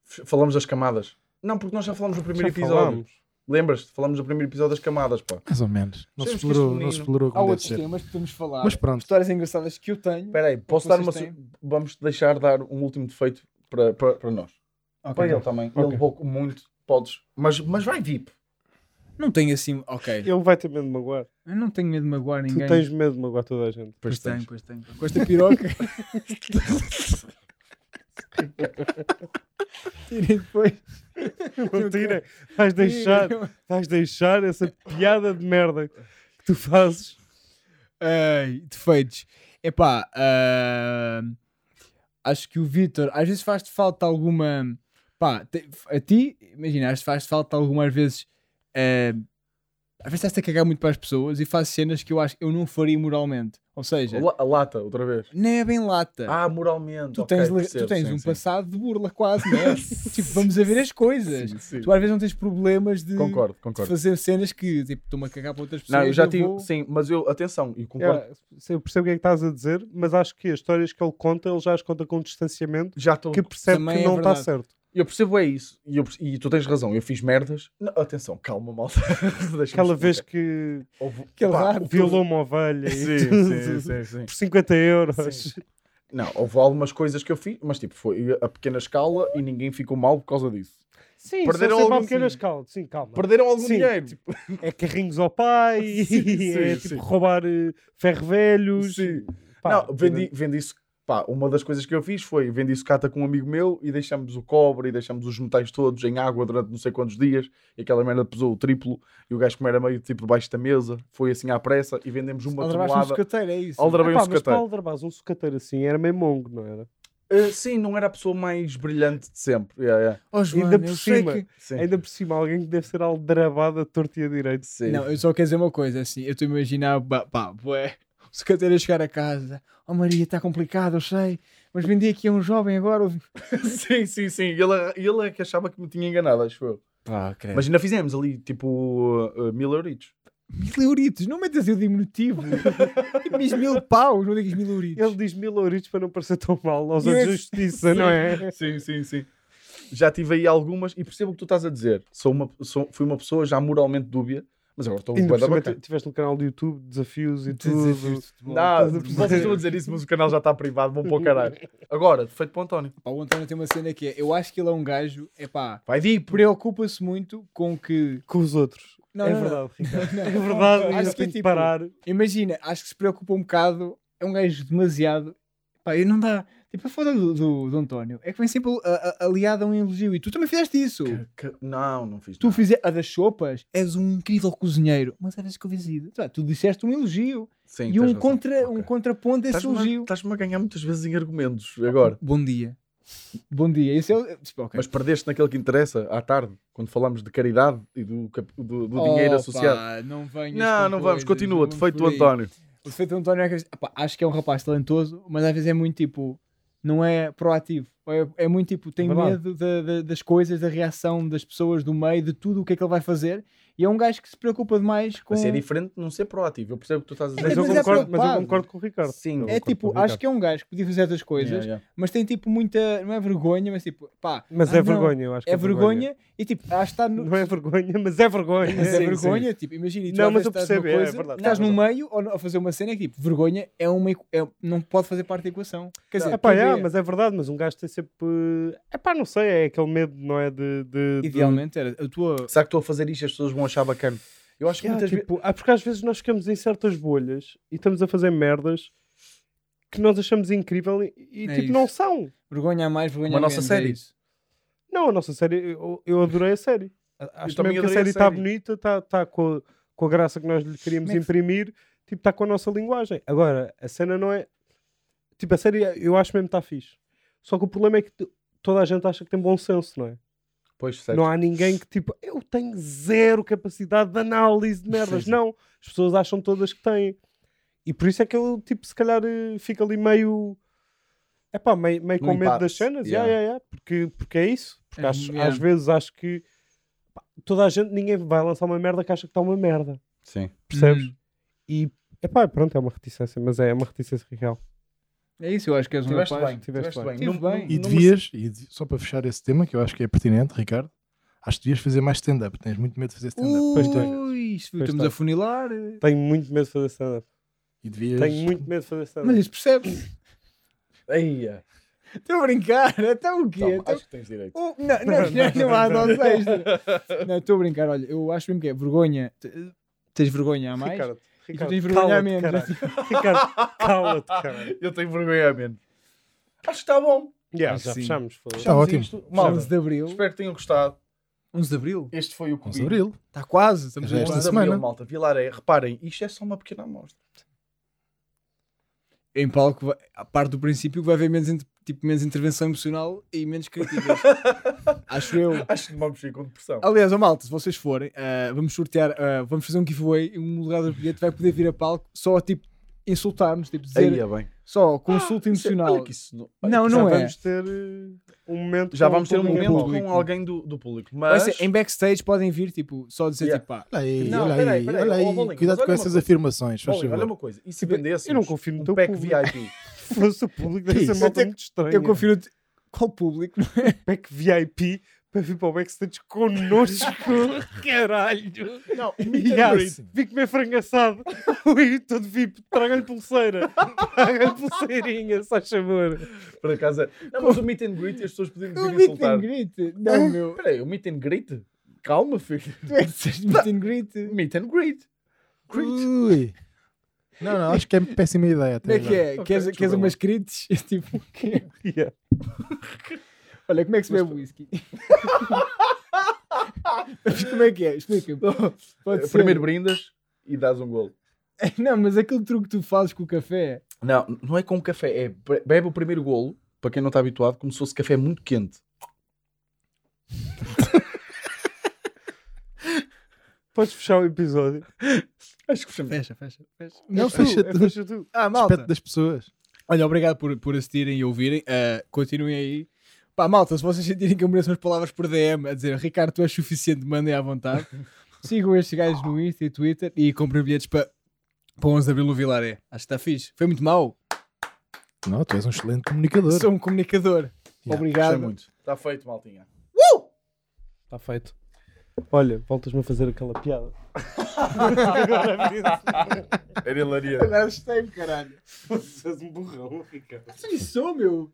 F- Falamos das camadas. Não, porque nós já falámos no primeiro
Já
episódio.
falámos.
Lembras-te? Falámos no primeiro episódio das camadas, pá.
Mais ou menos. Não se
Sabemos é que
explorou,
este
não se
menino-
explorou
há
como deve
outros
ser.
temas que podemos falar.
Mas pronto.
histórias engraçadas que eu tenho.
Espera aí, posso dar
Vocês
uma...
têm?
su- Vamos deixar dar um último defeito para- para para nós. Para ele também. Ele
Ok.
levou muito, podes. Mas, mas vai VIP.
Não tenho assim. Ok.
Ele vai ter medo de magoar.
Eu não tenho medo de magoar
Tu
ninguém.
tens medo de magoar toda a gente.
Pois tenho, pois tenho. Com esta piroca. (laughs) Tirem depois.
Não tira. Vais deixar, vais deixar essa piada de merda que tu fazes.
Ai, defeitos. Epá, ahm, acho que o Vitor, às vezes faz-te falta alguma. Pá, te- a ti, imagina, acho que faz-te falta algumas vezes. ahm, às vezes estás-te a cagar muito para as pessoas e fazes cenas que eu acho que eu não faria moralmente. Ou seja,
La- a lata, outra vez.
não é bem lata.
Ah, moralmente.
tu
ok,
tens, li-
percebo,
tu tens
sim,
um
sim.
passado de burla quase,
(laughs)
não é? tipo, vamos a ver as coisas.
Sim, sim.
Tu às vezes não tens problemas de,
Concordo,
de
concordo.
fazer cenas que tipo, estou-me a cagar para outras pessoas.
Não, eu já
eu
tive.
vou-
Sim, mas eu, atenção, e concordo.
É, eu percebo o que é que estás a dizer, mas acho que as histórias que ele conta, ele já as conta com distanciamento
Já estou.
que percebe
Também
que
é
não está
verdade.
certo.
Eu percebo, é isso. E, eu perce- e tu tens razão, eu fiz merdas. Não, atenção, calma, malta. (laughs) Deixa-me
Aquela
explicar.
vez que é
Houve-
Aquele
pá,
rato.
violou uma ovelha e
Sim,
tudo.
sim, (laughs) sim, sim.
por 50 euros.
Sim. Não, houve algumas coisas que eu fiz, mas tipo, foi a pequena escala e ninguém ficou mal por causa disso.
Sim,
Perderam
Perderam são
algum-
sempre pequenas caldas. Sim, calma.
Perderam algum
Sim,
dinheiro.
É carrinhos ao pai,
Sim,
(laughs) é
sim,
tipo
sim.
roubar eh, ferro velhos.
Sim.
Pá,
não, vendi, vendi Pá, uma das coisas que eu fiz foi vendi sucata com um amigo meu e deixamos o cobre e deixamos os metais todos em água durante não sei quantos dias e aquela merda pesou o triplo e o gajo como era meio tipo debaixo da mesa foi assim à pressa e vendemos uma
Aldrabaste um
tonelada.
sucateiro, é isso.
Aldrabei um
Epá, mas para
sucateiro.
Aldrabás, um sucateiro assim era meio mongo, não era?
Ah, sim, não era a pessoa mais brilhante de sempre. Yeah, (laughs) yeah.
Oh, João,
Ainda por
eu sei
cima.
que-
Sim.
Ainda por cima, alguém que deve ser aldrabado a torto e a direito.
Sim.
Não, eu só quero dizer uma coisa, assim, eu estou a imaginar, pá, pá, bué, o sucateiro a chegar a casa. Oh Maria, está complicado, eu sei, mas vendi aqui a um jovem agora. ouvi-
sim, sim, sim. E Ele, ele é que achava que me tinha enganado, acho eu.
Pá, credo.
Mas ainda fizemos ali tipo ah, ah, mil euritos.
Mil euritos, não metas o
(laughs)
diminutivo. Tipo, diz mil paus, não digas mil euritos.
Ele diz mil euritos para não parecer tão mal aos
E
olhos
esse-
da justiça, não é?
Sim, sim, sim. Já tive aí algumas e percebo o que tu estás a dizer. Sou uma, sou, fui uma pessoa já moralmente dúbia, mas agora
(laughs)
estou
Ainda por
bué da
cima,
tá-
bacana.
ti- tiveste um canal do YouTube, desafios e tudo.
Desafios de futebol.
Não,
Estás a
vocês estão a dizer isso, mas o canal já está privado, vão para
(laughs)
o caralho. Agora, feito para o António.
Pá, o António tem uma cena que é, eu acho que ele é um gajo, é pá,
Vai deep.
preocupa-se muito com que...
Com os outros.
Não,
é,
não, não.
verdade, Ricardo. é verdade,
Acho
ainda
que,
tem que
tipo,
parar.
Imagina, acho que se preocupa um bocado, é um gajo demasiado... Pá, e não dá... Tipo, a foda do, do, do António é que vem sempre a- a- aliado a um elogio e tu também fizeste isso.
Que- que- Não, não fiz.
Tu
nada.
fizeste a das sopas, és um incrível cozinheiro, mas eras convencido. Tu, tu disseste um elogio
Sim,
e
tens
um,
razão.
contra,
Ok.
um contraponto desse
Estás-me a-
elogio.
Estás-me a ganhar muitas vezes em argumentos agora.
Bom dia. Bom dia. Esse é o. tipo, ok.
Mas perdeste naquele que interessa à tarde, quando falamos de caridade e do, cap- do, do dinheiro
Opa,
associado.
Não, venhas
Não,
com
não
coisas,
vamos, continua.
não
Defeito do
vamos por aí.
António.
O defeito do António é que epá, acho que é um rapaz talentoso, mas às vezes é muito tipo. Não é proativo. É, é muito tipo. Tem
Verdade.
medo da- da- das coisas, da reação das pessoas, do meio, de tudo o que é que ele vai fazer. E é um gajo que se preocupa demais com.
Mas é diferente de não ser proativo. Eu percebo o que tu estás a dizer.
Mas, eu
mas é
concordo, mas eu
preocupado.
concordo com o Ricardo.
Sim,
Eu
É
concordo com
tipo,
o
acho
Ricardo.
que é um gajo que podia fazer estas coisas,
Yeah, yeah.
mas tem tipo muita. Não é vergonha, mas tipo, pá.
Mas
ah,
é
não,
vergonha, eu acho que
É vergonha e tipo, acho que está no.
Não é vergonha, mas é vergonha.
Mas é
Sim,
vergonha, tipo, imagina, e tu
Não,
às
mas
vezes
eu
estás
percebo,
numa
é, é
coisa,
verdade,
estás
é
no meio ou a fazer uma cena que tipo, vergonha é uma, equ- é- não pode fazer parte da equação. Quer dizer,
É pá,
tudo
é,
é-
mas é verdade, mas um gajo tem sempre. É pá, não sei, é aquele medo, não é? De. de, de-
idealmente era a tua.
Será que estou a fazer isto e as pessoas vão achar bacana? Eu acho que
Yeah,
muitas vezes.
tipo, ah, porque às vezes nós ficamos em certas bolhas e estamos a fazer merdas que nós achamos incrível e, e,
É
tipo,
isso.
não são.
Vergonha a mais, vergonha
Uma
a
nossa
menos,
série.
É isso.
Não, a nossa série, eu, eu adorei a série. Acho
também
também que a
adorei a
série está
série.
bonita, está tá com, a- com a graça que nós lhe queríamos
Como é que-
imprimir, tipo, está com a nossa linguagem. Agora, a cena não é. Tipo, a série eu acho mesmo que está fixe. Só que o problema é que t- toda a gente acha que tem bom senso, não é?
Pois, certo.
Não há ninguém que tipo, eu tenho zero capacidade de análise de merdas. Não, as pessoas acham todas que têm. E por isso é que ele, tipo, se calhar eh, fica ali meio. É pá, meio, meio
No
com medo
impasse,
das cenas.
yeah.
Yeah. Yeah, yeah, porque, porque é isso. Porque
É,
acho-
yeah.
às vezes acho que pá, toda a gente, ninguém vai lançar uma merda que acha que está uma merda.
Sim.
Percebes?
Hum.
E é pá, pronto, é uma reticência, mas é, é uma reticência real.
É isso, eu acho que és um
Tiveste
rapaz.
bem,
tiveste
tiveste bem.
bem.
Tive
Não-
bem.
E
não-
devias, e de- só para fechar esse tema, que eu acho que é pertinente, Ricardo, acho que devias fazer mais stand-up. Tens muito medo de fazer stand-up.
Pois tem.
Ui, isto
Pois
estamos
tem.
a funilar.
Tenho muito medo de fazer stand-up.
E devias.
Tenho muito medo de fazer
Mas
stand-up.
isso percebe-se.
Aí, é.
Estou a brincar, (laughs) até o quê?
Toma,
Então-
acho que tens direito.
Oh, não, não, não, não há dose extra.
(laughs)
Não, estou a brincar, olha, eu acho mesmo que é vergonha. Te- Tens vergonha a mais?
Ricardo, Ricardo,
tens vergonha a
cala-te,
menos.
caralho. (laughs) Ricardo, cala-te, caralho.
Eu tenho vergonha a menos. Acho que está bom.
Yeah,
Acho
já
que sim.
fechamos. foda-se.
Está ótimo.
Isto. Malta,
11 de Abril.
espero que tenham gostado.
11 de Abril?
Este foi o
11 de
Covid.
Abril.
Está Tá quase. Estamos
Já
a
esta
quase.
semana.
um malta, Vilaré, reparem, isto é só uma pequena amostra. (laughs)
Em palco, vai- a parte do princípio que vai haver menos, inter- tipo, menos intervenção emocional e menos (laughs) críticas. Acho eu.
Acho que não vamos ir com depressão.
Aliás, ó malta, se vocês forem, ah, vamos sortear, ah, vamos fazer um giveaway e um lugar do bilhete vai poder vir a palco só tipo insultar-nos, tipo dizer
Aí é bem.
só consulta emocional.
Olha que isso não-
Não,
olha que
não
já
é.
Vamos
vamos-
ter eh, um momento.
Já
com-
vamos ter um
com ninguém
momento
lá.
público.
(laughs)
com alguém do, do público.
Vai
Mas.
ser- em backstage podem vir, tipo, só dizer
Yeah.
tipo pá,
Olha aí,
Não,
olha aí,
peraí, peraí,
olha aí.
ó, Bolinho,
Cuidado
mas
com
olha
essas
uma coisa.
afirmações, faz
Olha,
favor.
olha uma coisa, e se vendesse
eu não confio no
um
teu
pack
público.
VIP?
Se fosse o público dessa
Isso.
malta muito estranha.
eu confiro qual público.
Pack VIP para vir para o backstage connosco. Caralho.
Não,
Yeah, vim comer frango assado. (laughs) Ui, todo VIP. Traga-lhe pulseira. Traga-lhe pulseirinha, só favor.
Por acaso é. Não, mas o meet and greet as pessoas podiam
O
vir
meet
insultar. Oh,
and greet. Não, meu.
Peraí, o meet and greet? Calma, filho. (laughs)
Tu é que disseste meet and greet.
Hum, Meet and greet. Greet.
Ui. Não, não, acho que é péssima ideia. até
Como é que
agora.
é? Queres, queres
desculpa,
umas crentes? (laughs) Tipo, o quê?
Yeah.
Olha, como é que se bebe whisky? (laughs) Mas como é que é? Explica-me. Pode ser.
Primeiro brindas e dás um golo.
(laughs) Não, mas aquele truque que tu fazes com o café.
Não, não é com café, é be- bebe o primeiro golo, para quem não está habituado, como se fosse café muito quente.
Podes fechar o episódio.
Acho que fechamos.
Fecha, fecha, fecha.
Não,
Tu,
fecha
é,
tudo.
fecha tu.
Ah,
Respeito
malta.
das pessoas.
Olha, obrigado por, por assistirem e ouvirem. Ah, continuem aí. Pá, malta, se vocês sentirem que eu mereço umas palavras por DM a dizer Ricardo, tu és suficiente, mandem à vontade. (laughs) Sigam estes gajos no Insta e Twitter e comprem bilhetes para para 11 de Abril no Vilaré. Acho que está fixe. Foi muito mau.
Não, tu és um excelente comunicador.
Sou um comunicador.
Yeah,
obrigado.
muito. Está feito, maltinha.
Está feito. Olha, voltas-me a fazer aquela piada.
Era hilaria. É
Agora assustei-me, caralho.
Vocês um burrão, Ricardo.
Isso, meu.